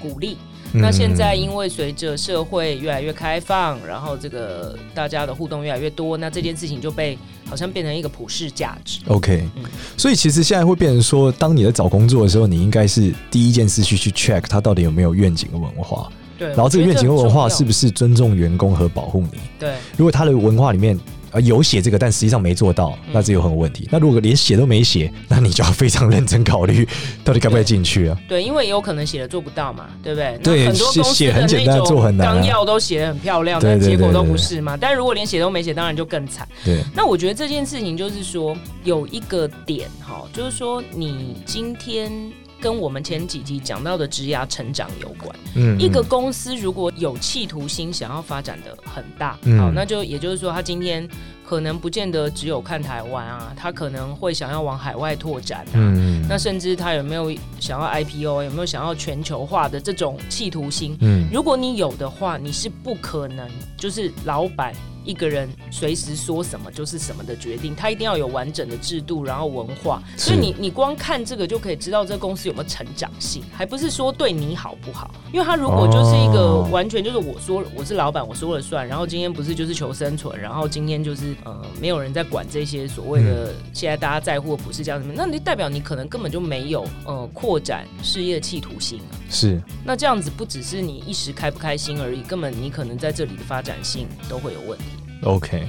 [SPEAKER 2] 鼓励。
[SPEAKER 1] 嗯
[SPEAKER 2] 那现在因为随着社会越来越开放，然后这个大家的互动越来越多，那这件事情就被好像变成一个普世价值。
[SPEAKER 1] OK，、
[SPEAKER 2] 嗯
[SPEAKER 1] 所以其实现在会变成说，当你在找工作的时候，你应该是第一件事去去 check 他到底有没有愿景跟文化。
[SPEAKER 2] 对，
[SPEAKER 1] 然后这个
[SPEAKER 2] 我觉
[SPEAKER 1] 愿
[SPEAKER 2] 得
[SPEAKER 1] 景
[SPEAKER 2] 很
[SPEAKER 1] 和文
[SPEAKER 2] 重
[SPEAKER 1] 化
[SPEAKER 2] 要
[SPEAKER 1] 是不是尊重员工和保护你？
[SPEAKER 2] 对
[SPEAKER 1] 如果他的文化里面呃有写这个，但实际上没做到，那这有很有问题。那如果连写都没写，那你就要非常认真考虑到底该不该进去啊？
[SPEAKER 2] 对，因为有可能写的做不到嘛，对不对？那
[SPEAKER 1] 对
[SPEAKER 2] 很多
[SPEAKER 1] 写
[SPEAKER 2] 公司
[SPEAKER 1] 写
[SPEAKER 2] 的
[SPEAKER 1] 很简单
[SPEAKER 2] 那种
[SPEAKER 1] 做很难啊
[SPEAKER 2] 纲要都写的很漂亮，
[SPEAKER 1] 对
[SPEAKER 2] 但
[SPEAKER 1] 对
[SPEAKER 2] 结果
[SPEAKER 1] 对
[SPEAKER 2] 都不
[SPEAKER 1] 对
[SPEAKER 2] 是嘛。但如果连写都没写，当然就更惨。
[SPEAKER 1] 对，
[SPEAKER 2] 那我觉得这件事情就是说有一个点哈，就是说你今天跟我们前几集讲到的职涯成长有关。
[SPEAKER 1] 嗯
[SPEAKER 2] 一个公司如果有企图心，想要发展的很大，
[SPEAKER 1] 嗯
[SPEAKER 2] 好，那就也就是说，他今天可能不见得只有看台湾啊，他可能会想要往海外拓展啊。
[SPEAKER 1] 嗯
[SPEAKER 2] 那甚至他有没有想要 IPO，有没有想要全球化的这种企图心？
[SPEAKER 1] 嗯
[SPEAKER 2] 如果你有的话，你是不可能就是老板一个人随时说什么就是什么的决定，他一定要有完整的制度，然后文化。
[SPEAKER 1] 是
[SPEAKER 2] 所以你你光看这个就可以知道这公司有没有成长性，还不是说对你好不好？因为他如果就是一个
[SPEAKER 1] 哦
[SPEAKER 2] 完全就是我说我是老板，我说了算，然后今天不是就是求生存，然后今天就是呃没有人在管这些所谓的
[SPEAKER 1] 嗯
[SPEAKER 2] 现在大家在乎的不是这样什么，那你代表你可能根本就没有呃扩展事业企图心啊。
[SPEAKER 1] 是
[SPEAKER 2] 那这样子不只是你一时开不开心而已，根本你可能在这里的发展性都会有问题。
[SPEAKER 1] OK。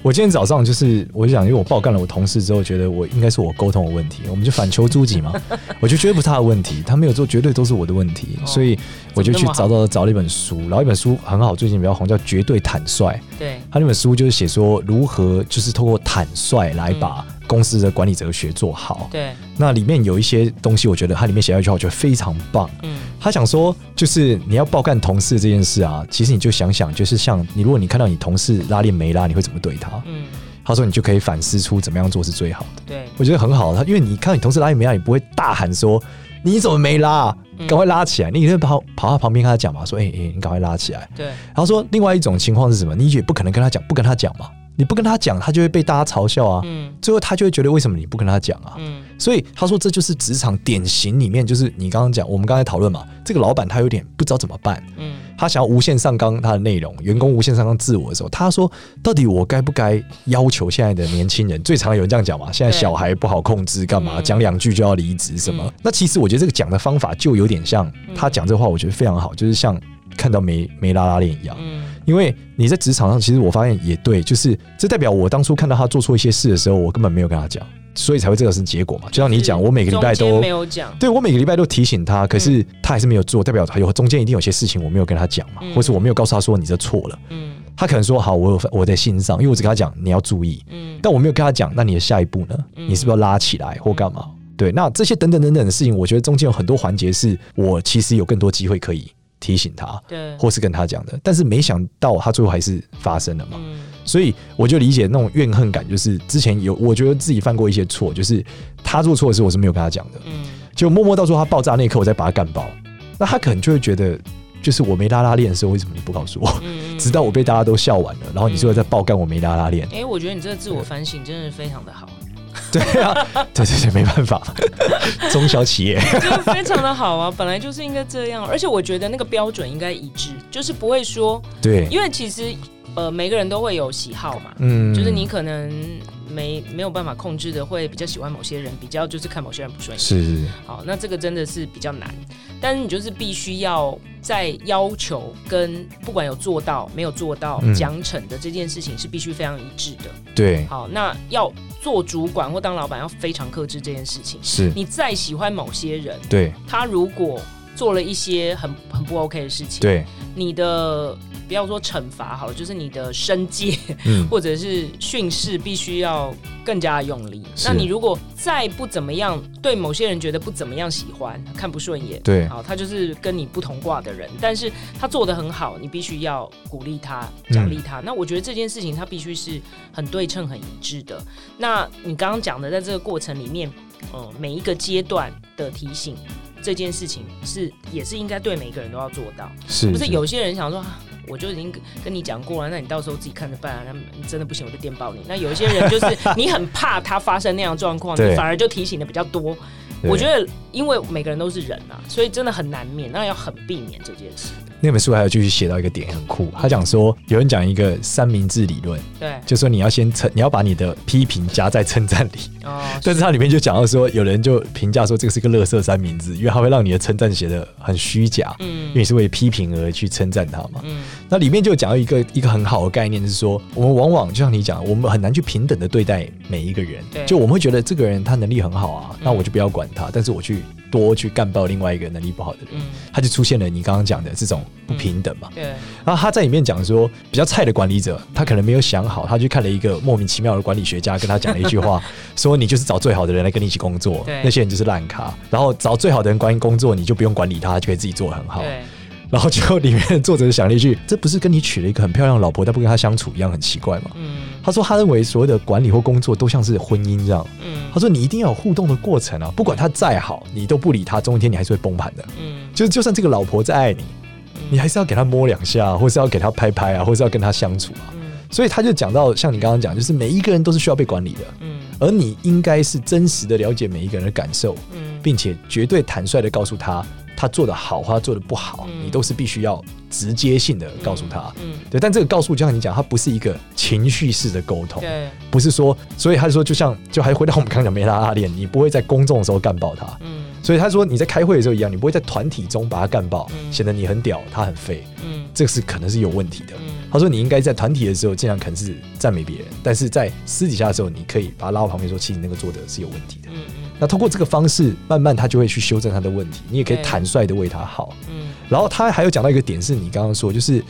[SPEAKER 1] 我今天早上就是，我就想，因为我爆干了我同事之后，觉得我应该是我沟通有问题，我们就反求诸己 嘛。我就觉得不是他的问题，他没有做，绝对都是我的问题，
[SPEAKER 2] 哦
[SPEAKER 1] 所以我就去
[SPEAKER 2] 怎么那
[SPEAKER 1] 找到找了一本书，然后一本书很好，最近比较红，叫《绝对坦率》。
[SPEAKER 2] 对，
[SPEAKER 1] 他那本书就是写说如何就是透过坦率来把公司的管理哲学做好。
[SPEAKER 2] 对，
[SPEAKER 1] 那里面有一些东西，我觉得它里面写到一句话，我觉得非常棒。
[SPEAKER 2] 嗯，
[SPEAKER 1] 他想说，就是你要爆干同事这件事啊，其实你就想想，就是像你，如果你看到你同事拉链没拉，你会怎么对他？
[SPEAKER 2] 嗯，
[SPEAKER 1] 他说你就可以反思出怎么样做是最好的。
[SPEAKER 2] 对，
[SPEAKER 1] 我觉得很好，啊他因为你看到你同事拉链没拉，你不会大喊说你怎么没拉，
[SPEAKER 2] 嗯
[SPEAKER 1] 赶快拉起来，你一定跑跑到旁边跟他讲嘛，说哎哎、你赶快拉起来。
[SPEAKER 2] 对，
[SPEAKER 1] 然后说另外一种情况是什么？你也不可能跟他讲，不跟他讲嘛，你不跟他讲，他就会被大家嘲笑啊。
[SPEAKER 2] 嗯，
[SPEAKER 1] 最后他就会觉得为什么你不跟他讲啊？
[SPEAKER 2] 嗯，
[SPEAKER 1] 所以他说这就是职场典型里面，就是你刚刚讲，我们刚才讨论嘛，这个老板他有点不知道怎么办，
[SPEAKER 2] 嗯，
[SPEAKER 1] 他想要无限上纲他的内容，员工无限上纲自我的时候，他说到底我该不该要求现在的年轻人？最常有人这样讲嘛，现在
[SPEAKER 2] 对
[SPEAKER 1] 小孩不好控制，干嘛
[SPEAKER 2] 嗯
[SPEAKER 1] 讲两句就要离职什么
[SPEAKER 2] 嗯？
[SPEAKER 1] 那其实我觉得这个讲的方法就有点像他讲这话，我觉得非常好，就是像看到没没拉拉链一样。
[SPEAKER 2] 嗯，
[SPEAKER 1] 因为你在职场上，其实我发现也对，就是这代表我当初看到他做错一些事的时候，我根本没有跟他讲，所以才会这个是结果嘛。就像你讲，我每个礼拜
[SPEAKER 2] 中间
[SPEAKER 1] 都
[SPEAKER 2] 没有嗯讲，
[SPEAKER 1] 对我每个礼拜都提醒他，可是他还是没有做，代表他有中间一定有些事情我没有跟他讲嘛，
[SPEAKER 2] 嗯
[SPEAKER 1] 或是我没有告诉他说你这错了，
[SPEAKER 2] 嗯，
[SPEAKER 1] 他可能说好，我有我在心上，因为我只跟他讲你要注意，
[SPEAKER 2] 嗯，
[SPEAKER 1] 但我没有跟他讲，那你的下一步呢？
[SPEAKER 2] 嗯
[SPEAKER 1] 你是不是要拉起来或干嘛？对，那这些等等等等的事情，我觉得中间有很多环节是我其实有更多机会可以提醒他，
[SPEAKER 2] 对，
[SPEAKER 1] 或是跟他讲的，但是没想到他最后还是发生了嘛。
[SPEAKER 2] 嗯，
[SPEAKER 1] 所以我就理解那种怨恨感，就是之前有我觉得自己犯过一些错，就是他做错的事我是没有跟他讲的，
[SPEAKER 2] 嗯，
[SPEAKER 1] 就默默到说他爆炸那一刻我再把他干爆，那他可能就会觉得，就是我没拉拉链的时候为什么你不告诉我？
[SPEAKER 2] 嗯，
[SPEAKER 1] 直到我被大家都笑完了，然后你最后再爆干我没拉拉链，
[SPEAKER 2] 哎、我觉得你这个自我反省真的非常的好，
[SPEAKER 1] 对啊，对对对，没办法，中小企业，
[SPEAKER 2] 就是非常的好啊，本来就是应该这样，啊而且我觉得那个标准应该一致，就是不会说，
[SPEAKER 1] 对，
[SPEAKER 2] 因为其实呃每个人都会有喜好嘛，
[SPEAKER 1] 嗯
[SPEAKER 2] 就是你可能没没有办法控制的，会比较喜欢某些人，比较就是看某些人不顺眼。
[SPEAKER 1] 是是是
[SPEAKER 2] 好，那这个真的是比较难，但是你就是必须要在要求跟不管有做到没有做到
[SPEAKER 1] 嗯
[SPEAKER 2] 奖惩的这件事情是必须非常一致的。
[SPEAKER 1] 对，
[SPEAKER 2] 好，那要做主管或当老板要非常克制这件事情。
[SPEAKER 1] 是，
[SPEAKER 2] 你再喜欢某些人，
[SPEAKER 1] 对
[SPEAKER 2] 他如果做了一些很很不 OK 的事情，
[SPEAKER 1] 对，
[SPEAKER 2] 你的不要说惩罚好了，就是你的申诫
[SPEAKER 1] 嗯，
[SPEAKER 2] 或者是训斥必须要更加用力。
[SPEAKER 1] 是
[SPEAKER 2] 那你如果再不怎么样，对某些人觉得不怎么样喜欢、看不顺眼，
[SPEAKER 1] 对
[SPEAKER 2] 好，他就是跟你不同卦的人，但是他做的很好，你必须要鼓励他、奖励
[SPEAKER 1] 嗯
[SPEAKER 2] 他。那我觉得这件事情他必须是很对称、很一致的。那你刚刚讲的，在这个过程里面，呃，每一个阶段的提醒。这件事情是也是应该对每个人都要做到，
[SPEAKER 1] 嗯是，
[SPEAKER 2] 不是有些人想说，啊我就已经跟跟你讲过了，那你到时候自己看着办啊。那你真的不行，我就电报你。那有一些人就是 你很怕他发生那样的状况，
[SPEAKER 1] 对
[SPEAKER 2] 你反而就提醒的比较多。
[SPEAKER 1] 对
[SPEAKER 2] 我觉得，因为每个人都是人啊，所以真的很难免，那要很避免这件事。
[SPEAKER 1] 那本书还有继续写到一个点很酷，他讲说有人讲一个三明治理论，
[SPEAKER 2] 对，
[SPEAKER 1] 就说你要先称，你要把你的批评夹在称赞 里。
[SPEAKER 2] 哦，
[SPEAKER 1] 但是它里面就讲到说，有人就评价说这个是个垃圾三明治，因为它会让你的称赞写的很虚假，因为
[SPEAKER 2] 嗯
[SPEAKER 1] 你是为批评而去称赞它嘛。
[SPEAKER 2] 嗯，
[SPEAKER 1] 那里面就有讲到一个一个很好的概念，是说我们往往就像你讲，我们很难去平等的对待每一个人
[SPEAKER 2] 对。
[SPEAKER 1] 就我们会觉得这个人他能力很好啊，那
[SPEAKER 2] 嗯
[SPEAKER 1] 我就不要管他，但是我去多去干爆另外一个能力不好的人，
[SPEAKER 2] 嗯
[SPEAKER 1] 他就出现了你刚刚讲的这种不平等嘛。
[SPEAKER 2] 对，
[SPEAKER 1] 然后他在里面讲说，比较菜的管理者，他可能没有想好，他去看了一个莫名其妙的管理学家，跟他讲了一句话， 说你就是找最好的人来跟你一起工作
[SPEAKER 2] 对，
[SPEAKER 1] 那些人就是烂咖，然后找最好的人管你工作，你就不用管理他，就可以自己做得很好。
[SPEAKER 2] 对，
[SPEAKER 1] 然后就里面的作者就想了一句：“这不是跟你娶了一个很漂亮的老婆，但不跟她相处一样很奇怪吗？”
[SPEAKER 2] 嗯
[SPEAKER 1] 他说：“他认为所有的管理或工作都像是婚姻这样。
[SPEAKER 2] 嗯
[SPEAKER 1] 他说你一定要有互动的过程啊，不管他再好，你都不理他，总有一天你还是会崩盘的。
[SPEAKER 2] 嗯，
[SPEAKER 1] 就就算这个老婆再爱你，你还是要给她摸两下啊，或是要给她拍拍啊，或是要跟她相处啊。
[SPEAKER 2] 嗯
[SPEAKER 1] 所以他就讲到，像你刚刚讲，就是每一个人都是需要被管理的，
[SPEAKER 2] 嗯
[SPEAKER 1] 而你应该是真实的了解每一个人的感受，
[SPEAKER 2] 嗯，
[SPEAKER 1] 并且绝对坦率的告诉他，他做的好或他做的不好，
[SPEAKER 2] 嗯
[SPEAKER 1] 你都是必须要直接性的告诉他。
[SPEAKER 2] 嗯，
[SPEAKER 1] 对，但这个告诉就像你讲，它不是一个情绪式的沟
[SPEAKER 2] 嗯
[SPEAKER 1] 通，
[SPEAKER 2] 对，
[SPEAKER 1] 不是说，所以他就说，就像就还回到我们刚刚讲梅拉阿恋，你不会在公众的时候干爆他，
[SPEAKER 2] 嗯
[SPEAKER 1] 所以他说你在开会的时候一样，你不会在团体中把他干爆，
[SPEAKER 2] 嗯
[SPEAKER 1] 显得你很屌，他很废，
[SPEAKER 2] 嗯
[SPEAKER 1] 这是可能是有问题的。
[SPEAKER 2] 嗯，
[SPEAKER 1] 他说你应该在团体的时候尽量可能是赞美别人，但是在私底下的时候，你可以把他拉到旁边说，其实你那个做的是有问题的。
[SPEAKER 2] 嗯嗯
[SPEAKER 1] 那通过这个方式，慢慢他就会去修正他的问题，你也可以
[SPEAKER 2] 对
[SPEAKER 1] 坦率的为他好。
[SPEAKER 2] 嗯
[SPEAKER 1] 然后他还有讲到一个点，是你刚刚说，就是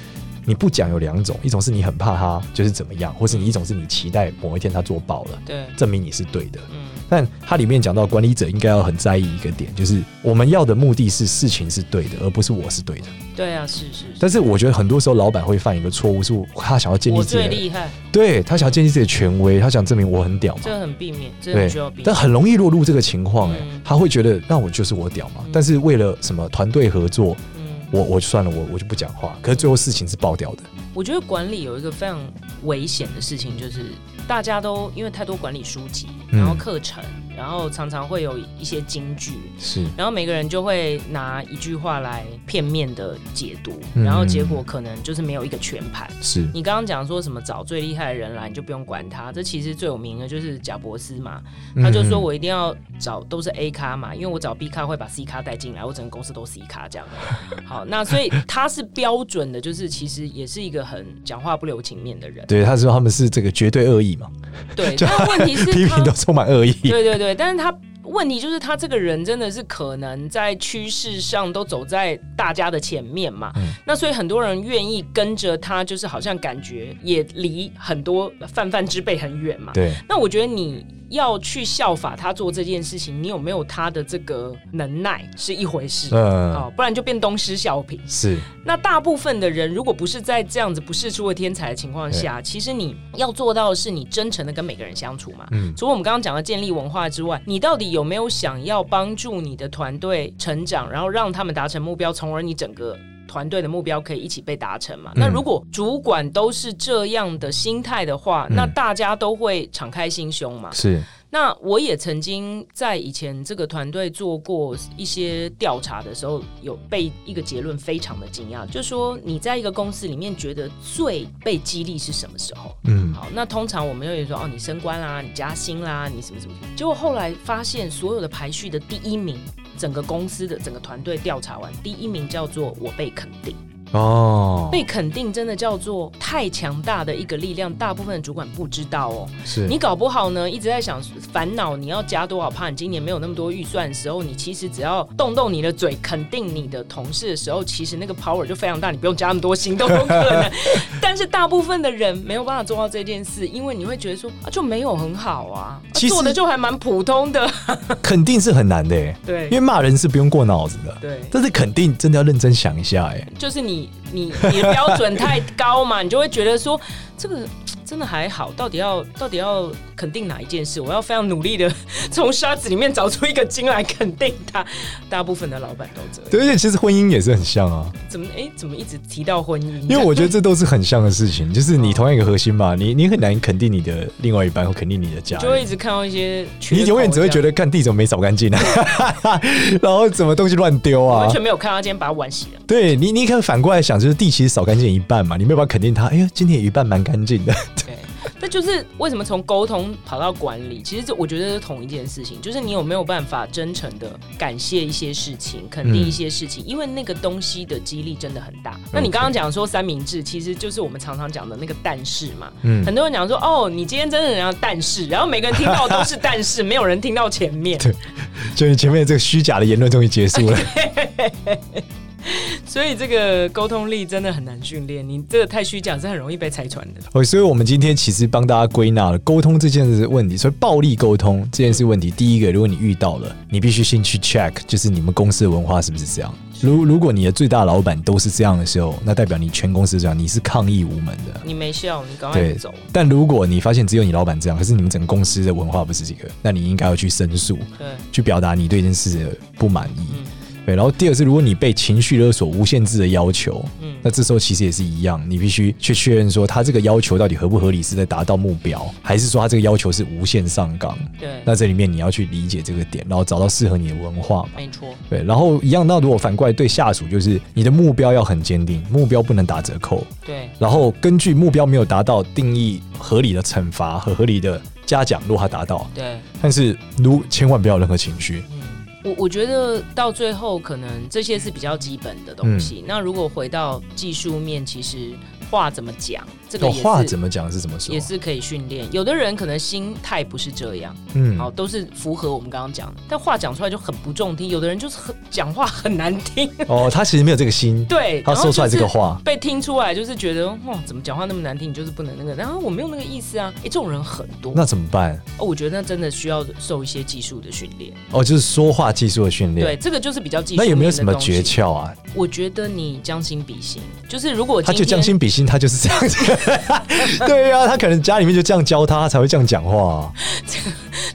[SPEAKER 1] 你不讲有两种，一种是你很怕他就是怎么样，或是你一种是你期待某一天他做爆了，
[SPEAKER 2] 对，
[SPEAKER 1] 证明你是对的。
[SPEAKER 2] 嗯
[SPEAKER 1] 但它里面讲到，管理者应该要很在意一个点，就是我们要的目的是事情是对的，而不是我是对的。
[SPEAKER 2] 对啊，是是，是
[SPEAKER 1] 但是我觉得很多时候老板会犯一个错误，是他想要建立
[SPEAKER 2] 我
[SPEAKER 1] 自己
[SPEAKER 2] 最
[SPEAKER 1] 的，
[SPEAKER 2] 厉害，
[SPEAKER 1] 对他想要建立自己的权威，他想证明我很屌嘛。
[SPEAKER 2] 这很避免，这很
[SPEAKER 1] 对
[SPEAKER 2] 需要避，免
[SPEAKER 1] 但。很容易落入这个情况，哎
[SPEAKER 2] 嗯，
[SPEAKER 1] 他会觉得那我就是我屌嘛
[SPEAKER 2] 嗯。
[SPEAKER 1] 但是为了什么团队合作，
[SPEAKER 2] 嗯，
[SPEAKER 1] 我我就算了，我我就不讲话。可是最后事情是爆掉的，
[SPEAKER 2] 我觉得管理有一个非常危险的事情，就是大家都因为太多管理书籍，
[SPEAKER 1] 嗯
[SPEAKER 2] 然后课程，然后常常会有一些金句，
[SPEAKER 1] 是
[SPEAKER 2] 然后每个人就会拿一句话来片面的解读，
[SPEAKER 1] 嗯
[SPEAKER 2] 然后结果可能就是没有一个全盘。
[SPEAKER 1] 是，
[SPEAKER 2] 你刚刚讲说什么找最厉害的人来，你就不用管他。这其实最有名的就是贾伯斯嘛，
[SPEAKER 1] 嗯
[SPEAKER 2] 他就说我一定要找都是 A 咖嘛，因为我找 B 咖会把 C 咖带进来，我整个公司都 C 咖这样。好，那所以他是标准的，就是其实也是一个很讲话不留情面的人
[SPEAKER 1] 嗯，。对，他说他们是这个绝对恶意嘛，
[SPEAKER 2] 对，
[SPEAKER 1] 就
[SPEAKER 2] 但问题
[SPEAKER 1] 批
[SPEAKER 2] 是他
[SPEAKER 1] 评，都充满恶意，
[SPEAKER 2] 对对对，但是他。问题就是他这个人真的是可能在趋势上都走在大家的前面嘛，
[SPEAKER 1] 嗯
[SPEAKER 2] 那所以很多人愿意跟着他，就是好像感觉也离很多泛泛之辈很远嘛。
[SPEAKER 1] 对，
[SPEAKER 2] 那我觉得你要去效法他做这件事情，你有没有他的这个能耐是一回事。
[SPEAKER 1] 嗯，
[SPEAKER 2] 哦，不然就变东施效颦。
[SPEAKER 1] 是，
[SPEAKER 2] 那大部分的人，如果不是在这样子不世出的天才的情况下，其实你要做到的是你真诚的跟每个人相处嘛。
[SPEAKER 1] 嗯
[SPEAKER 2] 除了我们刚刚讲的建立文化之外，你到底有没有想要帮助你的团队成长，然后让他们达成目标，从而你整个团队的目标可以一起被达成嘛？
[SPEAKER 1] 嗯
[SPEAKER 2] 那如果主管都是这样的心态的话，
[SPEAKER 1] 嗯
[SPEAKER 2] 那大家都会敞开心胸嘛？
[SPEAKER 1] 是，
[SPEAKER 2] 那我也曾经在以前这个团队做过一些调查的时候，有被一个结论非常的惊讶，就说你在一个公司里面觉得最被激励是什么时候？
[SPEAKER 1] 嗯，
[SPEAKER 2] 好，那通常我们就会说哦，你升官啦，你加薪啦，你什么什么。结果后来发现，所有的排序的第一名，整个公司的整个团队调查完，第一名叫做我被肯定。
[SPEAKER 1] 哦，
[SPEAKER 2] 被肯定真的叫做太强大的一个力量，大部分的主管不知道哦。
[SPEAKER 1] 是
[SPEAKER 2] 你搞不好呢，一直在想烦恼你要加多少怕你今年没有那么多预算的时候，你其实只要动动你的嘴，肯定你的同事的时候，其实那个 power 就非常大，你不用加那么 多心都有可能。但是大部分的人没有办法做到这件事，因为你会觉得说啊，就没有很好啊，啊
[SPEAKER 1] 其实
[SPEAKER 2] 做的就还蛮普通的，
[SPEAKER 1] 肯定是很难的耶，
[SPEAKER 2] 对
[SPEAKER 1] 因为骂人是不用过脑子的，
[SPEAKER 2] 对。
[SPEAKER 1] 但是肯定真的要认真想一下，哎，
[SPEAKER 2] 就是你你你的标准太高嘛，你就会觉得说这个真的还好，到底要到底要肯定哪一件事？我要非常努力的从沙子里面找出一个金来肯定它。大部分的老板都这样，
[SPEAKER 1] 对，而且其实婚姻也是很像啊，
[SPEAKER 2] 怎么诶，怎么一直提到婚姻？
[SPEAKER 1] 因为我觉得这都是很像的事情，就是你同样一个核心嘛，你你很难肯定你的另外一半或肯定你的家
[SPEAKER 2] 就会
[SPEAKER 1] 人
[SPEAKER 2] 一。直看到一些缺口，
[SPEAKER 1] 你永远只会觉得干地怎么没扫干 净啊，然后怎么东西乱丢
[SPEAKER 2] 这样
[SPEAKER 1] 啊
[SPEAKER 2] 完？全没有看到他今天把碗洗了。
[SPEAKER 1] 对你，你可能反过来想，就是地其实扫干净一半嘛，你没有办法肯定他。哎呦，今天有一半蛮干净的，
[SPEAKER 2] 对，那就是为什么从沟通跑到管理，其实这我觉得是同一件事情，就是你有没有办法真诚的感谢一些事情，肯定一
[SPEAKER 1] 嗯
[SPEAKER 2] 些事情，因为那个东西的激励真的很大。那你刚刚讲说三明治，其实就是我们常常讲的那个但是嘛，
[SPEAKER 1] 嗯
[SPEAKER 2] 很多人讲说哦，你今天真的要但是，然后每个人听到都是但是，没有人听到前面，
[SPEAKER 1] 就是前面这个虚假的言论终于结束了。
[SPEAKER 2] 所以这个沟通力真的很难训练，你这个太虚假是很容易被拆穿的。
[SPEAKER 1] 哦，所以我们今天其实帮大家归纳了沟通这件事问题，所以暴力沟通这件事问题，第一个，如果你遇到了，你必须先去 check，就是你们公司的文化是不是这样。如如果你的最大老板都是这样的时候，那代表你全公司这样，你是抗议无门的。
[SPEAKER 2] 你没笑，你赶快
[SPEAKER 1] 对
[SPEAKER 2] 走。，
[SPEAKER 1] 但如果你发现只有你老板这样，可是你们整个公司的文化不是这个，那你应该要去申诉，
[SPEAKER 2] 对，
[SPEAKER 1] 去表达你对这件事的不满意。
[SPEAKER 2] 嗯
[SPEAKER 1] 对，然后第二个是，如果你被情绪勒索、无限制的要求，
[SPEAKER 2] 嗯
[SPEAKER 1] 那这时候其实也是一样，你必须去确认说他这个要求到底合不合理，是在达到目标，还是说他这个要求是无限上纲？
[SPEAKER 2] 对，
[SPEAKER 1] 那这里面你要去理解这个点，然后找到适合你的文化嘛。
[SPEAKER 2] 没错。
[SPEAKER 1] 对，然后一样，那如果反过来对下属，就是你的目标要很坚定，目标不能打折扣，
[SPEAKER 2] 对，
[SPEAKER 1] 然后根据目标没有达到，定义合理的惩罚和合理的嘉奖，如果他达到，
[SPEAKER 2] 对，
[SPEAKER 1] 但是如千万不要有任何情绪。
[SPEAKER 2] 嗯，我我觉得到最后可能这些是比较基本的东
[SPEAKER 1] 嗯
[SPEAKER 2] 西。那如果回到技术面，其实话怎么讲，这个
[SPEAKER 1] 哦，
[SPEAKER 2] 也是、
[SPEAKER 1] 话怎么讲是怎么说
[SPEAKER 2] 也？是可以训练。有的人可能心态不是这样，
[SPEAKER 1] 嗯
[SPEAKER 2] 好，都是符合我们刚刚讲的，但话讲出来就很不中听。有的人就是很讲话很难听，
[SPEAKER 1] 哦，他其实没有这个心，
[SPEAKER 2] 对，
[SPEAKER 1] 他
[SPEAKER 2] 然后
[SPEAKER 1] 说出来这
[SPEAKER 2] 就是
[SPEAKER 1] 个话，
[SPEAKER 2] 被听出来就是觉得，哇，怎么讲话那么难听？你就是不能那个。然后我没有那个意思啊，诶，这种人很多。
[SPEAKER 1] 那怎么办？
[SPEAKER 2] 哦我觉得那真的需要受一些技术的训练。
[SPEAKER 1] 哦，就是说话技术的训练。
[SPEAKER 2] 对，这个就是比较技术。
[SPEAKER 1] 那有没有什么诀？窍啊？
[SPEAKER 2] 我觉得你将心比心，就是如果
[SPEAKER 1] 他
[SPEAKER 2] 今
[SPEAKER 1] 就
[SPEAKER 2] 天
[SPEAKER 1] 将心比心，他就是这样子。 对呀、他可能家里面就这样教他，他才会这样讲话、啊。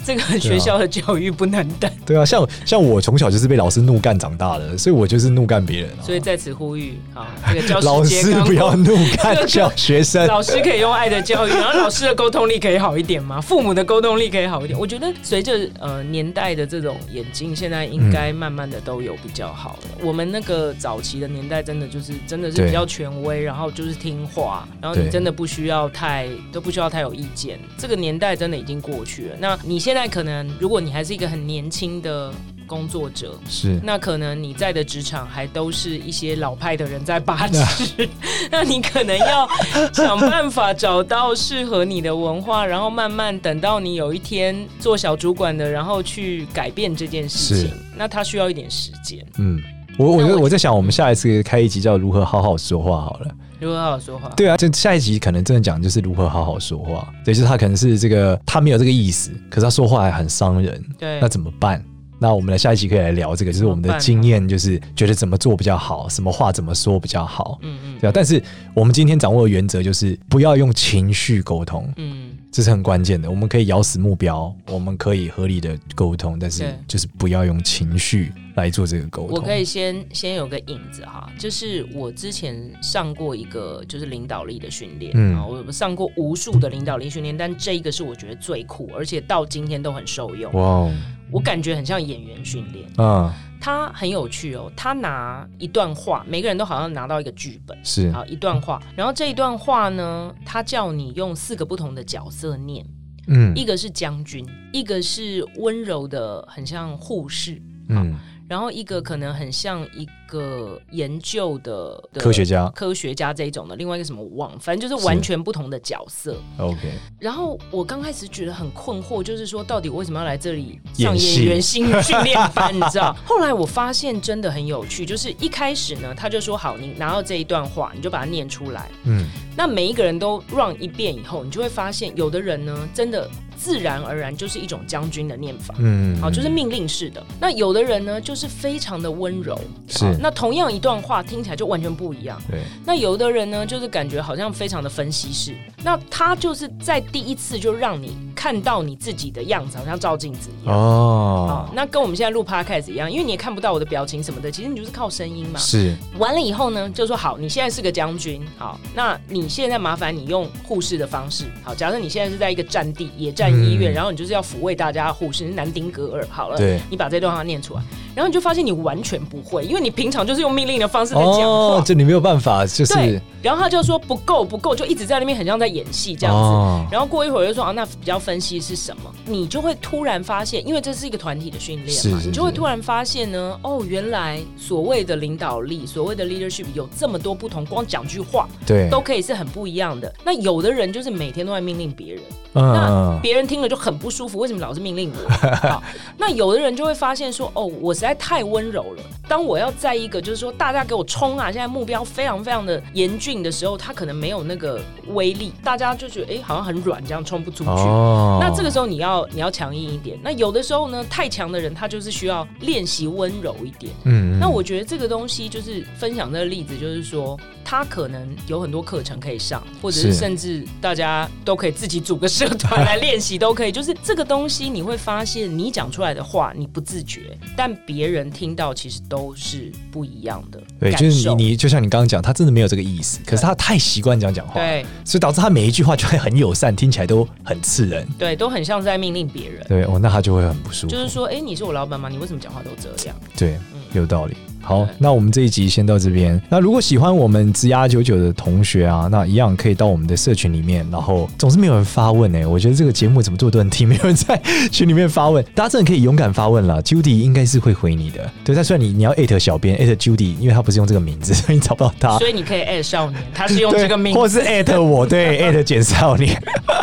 [SPEAKER 2] 这个学校的教育不能等，
[SPEAKER 1] 对啊，像像我从小就是被老师怒干长大的，所以我就是怒干别人、啊。
[SPEAKER 2] 所以在此呼吁，好，这个教
[SPEAKER 1] 老
[SPEAKER 2] 师节
[SPEAKER 1] 师
[SPEAKER 2] 刚
[SPEAKER 1] 不要
[SPEAKER 2] 过。
[SPEAKER 1] 怒 干小学生。
[SPEAKER 2] 老师可以用爱的教育，然后老师的沟通力可以好一点吗？父母的沟通力可以好一点？我觉得随着呃年代的这种演进，现在应该慢慢的都有比较好了。我们那个早期的年代，真的就是真的是
[SPEAKER 1] 对
[SPEAKER 2] 比较权威，然后就是听话，然后你
[SPEAKER 1] 对
[SPEAKER 2] 真的不需要太都不需要太有意见。这个年代真的已经过去了。那你现在可能，如果你还是一个很年轻的工作者，
[SPEAKER 1] 是
[SPEAKER 2] 那可能你在的职场还都是一些老派的人在把
[SPEAKER 1] 啊
[SPEAKER 2] 持，那你可能要想办法找到适合你的文化，然后慢慢等到你有一天做小主管的，然后去改变这件事情
[SPEAKER 1] 是。
[SPEAKER 2] 那它需要一点时间，
[SPEAKER 1] 嗯，我我
[SPEAKER 2] 那我
[SPEAKER 1] 我在想，我们下一次开一集叫如何好好说话好了。
[SPEAKER 2] 如何好好说话？
[SPEAKER 1] 对啊，这下一集可能真的讲就是如何好好说话。对，就是他可能是这个他没有这个意思，可是他说话还很伤人。
[SPEAKER 2] 对
[SPEAKER 1] 那怎么办？那我们的下一集可以来聊这个，就是我们
[SPEAKER 2] 怎
[SPEAKER 1] 的
[SPEAKER 2] 么办呢
[SPEAKER 1] 经验，就是觉得怎么做比较好，什么话怎么说比较好，
[SPEAKER 2] 嗯嗯
[SPEAKER 1] 对啊。但是我们今天掌握的原则就是不要用情绪沟通，
[SPEAKER 2] 嗯，
[SPEAKER 1] 这是很关键的。我们可以咬死目标，我们可以合理的沟通，但是
[SPEAKER 2] 对
[SPEAKER 1] 就是不要用情绪来做这个沟通。
[SPEAKER 2] 我可以先先有个引子哈，就是我之前上过一个就是领导力的训练，
[SPEAKER 1] 嗯
[SPEAKER 2] 啊，我上过无数的领导力训练，但这一个是我觉得最酷，而且到今天都很受用。
[SPEAKER 1] 哇哦，
[SPEAKER 2] 我感觉很像演员训练，
[SPEAKER 1] 嗯，
[SPEAKER 2] 他很有趣哦。他拿一段话，每个人都好像拿到一个剧本，
[SPEAKER 1] 是
[SPEAKER 2] 好一段话，然后这一段话呢，他叫你用四个不同的角色念，
[SPEAKER 1] 嗯
[SPEAKER 2] 一个是将军，一个是温柔的，很像护士，
[SPEAKER 1] 嗯，
[SPEAKER 2] 然后一个可能很像一个研究的的
[SPEAKER 1] 科学家
[SPEAKER 2] 科学家这一种的，另外一个什么我忘了，反正就是完全不同的角色。
[SPEAKER 1] ，OK，
[SPEAKER 2] 然后我刚开始觉得很困惑，就是说到底为什么要来这里上
[SPEAKER 1] 演戏
[SPEAKER 2] 演员新 训练班？你知道？ 后来我发现真的很有趣，就是一开始呢，他就说好，你拿到这一段话，你就把它念出来。
[SPEAKER 1] 嗯
[SPEAKER 2] 那每一个人都 run 一遍以后，你就会发现，有的人呢，真的自然而然就是一种将军的念法。
[SPEAKER 1] 嗯，
[SPEAKER 2] 好，就是命令式的。那有的人呢，就是非常的温柔。
[SPEAKER 1] 是
[SPEAKER 2] 好那同样一段话听起来就完全不一样。
[SPEAKER 1] 对，
[SPEAKER 2] 那有的人呢，就是感觉好像非常的分析式；那他就是在第一次就让你看到你自己的样子，好像照镜子一样。
[SPEAKER 1] 哦
[SPEAKER 2] 哦，，那跟我们现在录 podcast 一样，因为你也看不到我的表情什么的，其实你就是靠声音嘛。
[SPEAKER 1] 是
[SPEAKER 2] 完了以后呢，就说好，你现在是个将军，好，那你现在麻烦你用护士的方式，好，假设你现在是在一个战地野战医院，
[SPEAKER 1] 嗯
[SPEAKER 2] 然后你就是要抚慰大家的护士，你是南丁格尔，好了，
[SPEAKER 1] 对
[SPEAKER 2] 你把这段话念出来，然后你就发现你完全不会，因为你平常就是用命令的方式在讲话。
[SPEAKER 1] 哦，这你没有办法，就是
[SPEAKER 2] 对，然后他就说不够不够，就一直在那边很像在演戏这样子。
[SPEAKER 1] 哦
[SPEAKER 2] 然后过一会儿就说啊，那比较分析是什么？你就会突然发现，因为这是一个团体的训练嘛，
[SPEAKER 1] 是是
[SPEAKER 2] 你就会
[SPEAKER 1] 是
[SPEAKER 2] 突然发现呢，哦，原来所谓的领导力，所谓的 leadership 有这么多不同，光讲句话
[SPEAKER 1] 对，
[SPEAKER 2] 都可以是很不一样的。那有的人就是每天都在命令别人，那
[SPEAKER 1] 嗯，
[SPEAKER 2] 别人听了就很不舒服，为什么老是命令我？ 好，那有的人就会发现说，哦，我实在太温柔了。当我要在一个就是说大家给我冲啊，现在目标非常非常的严峻的时候，他可能没有那个威力，大家就觉得哎、诶好像很软，这样冲不出去。
[SPEAKER 1] 哦
[SPEAKER 2] 那这个时候你要你要强硬一点。那有的时候呢，太强的人他就是需要练习温柔一点。
[SPEAKER 1] 嗯，嗯
[SPEAKER 2] 那我觉得这个东西就是分享这个例子，就是说他可能有很多课程可以上，或者是
[SPEAKER 1] 是
[SPEAKER 2] 甚至大家都可以自己组个社团来练习都可以。就是这个东西，你会发现你讲出来的话你不自觉，但别人听到其实都是不一样的
[SPEAKER 1] 对，
[SPEAKER 2] 感
[SPEAKER 1] 就是
[SPEAKER 2] 受
[SPEAKER 1] 你，你就像你刚刚讲，他真的没有这个意思，可是他太习惯这样讲话，
[SPEAKER 2] 对
[SPEAKER 1] 所以导致他每一句话就会很友善，听起来都很刺人。
[SPEAKER 2] 对都很像是在命令别人。
[SPEAKER 1] 对哦，那他就会很不舒服。
[SPEAKER 2] 就是说，哎、你是我老板吗？你为什么讲话都这样？
[SPEAKER 1] 对，
[SPEAKER 2] 嗯
[SPEAKER 1] 有道理。好
[SPEAKER 2] 对，
[SPEAKER 1] 那我们这一集先到这边。那如果喜欢我们职涯九九的同学啊，那一样可以到我们的社群里面。然后总是没有人发问哎、我觉得这个节目怎么这么多人听，没有人在群里面发问，大家真的可以勇敢发问了。Judy 应该是会回你的。对，但虽然你你要艾特小编艾特 Judy，因为他不是用这个名字，所以你找不到他。
[SPEAKER 2] 所以你可以艾特少年，他是用
[SPEAKER 1] 啊对，
[SPEAKER 2] 这个名字
[SPEAKER 1] 或是艾特我， 对，艾特简少年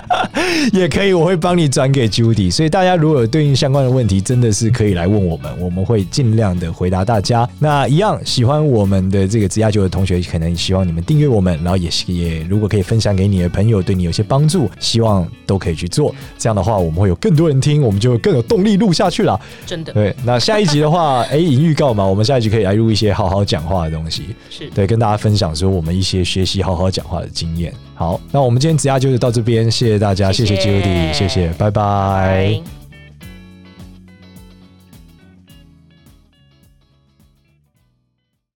[SPEAKER 1] 也可以，我会帮你转给 Judy。所以大家如果有对应相关的问题，真的是可以来问我们，我们会尽量的回答大家。那一样喜欢我们的这个职涯九的同学，可能希望你们订阅我们，然后也是也如果可以分享给你的朋友，对你有些帮助，希望都可以去做。这样的话，我们会有更多人听，我们就会更有动力录下去了。
[SPEAKER 2] 真的
[SPEAKER 1] 对，那下一集的话， 哎，已经预告嘛，我们下一集可以来录一些好好讲话的东西。
[SPEAKER 2] 是
[SPEAKER 1] 对，跟大家分享说我们一些学习好好讲话的经验。好，那我们今天职涯就是到这边，谢谢大家，谢
[SPEAKER 2] 谢
[SPEAKER 1] 谢
[SPEAKER 2] 谢
[SPEAKER 1] Judy，谢谢，拜拜
[SPEAKER 2] 拜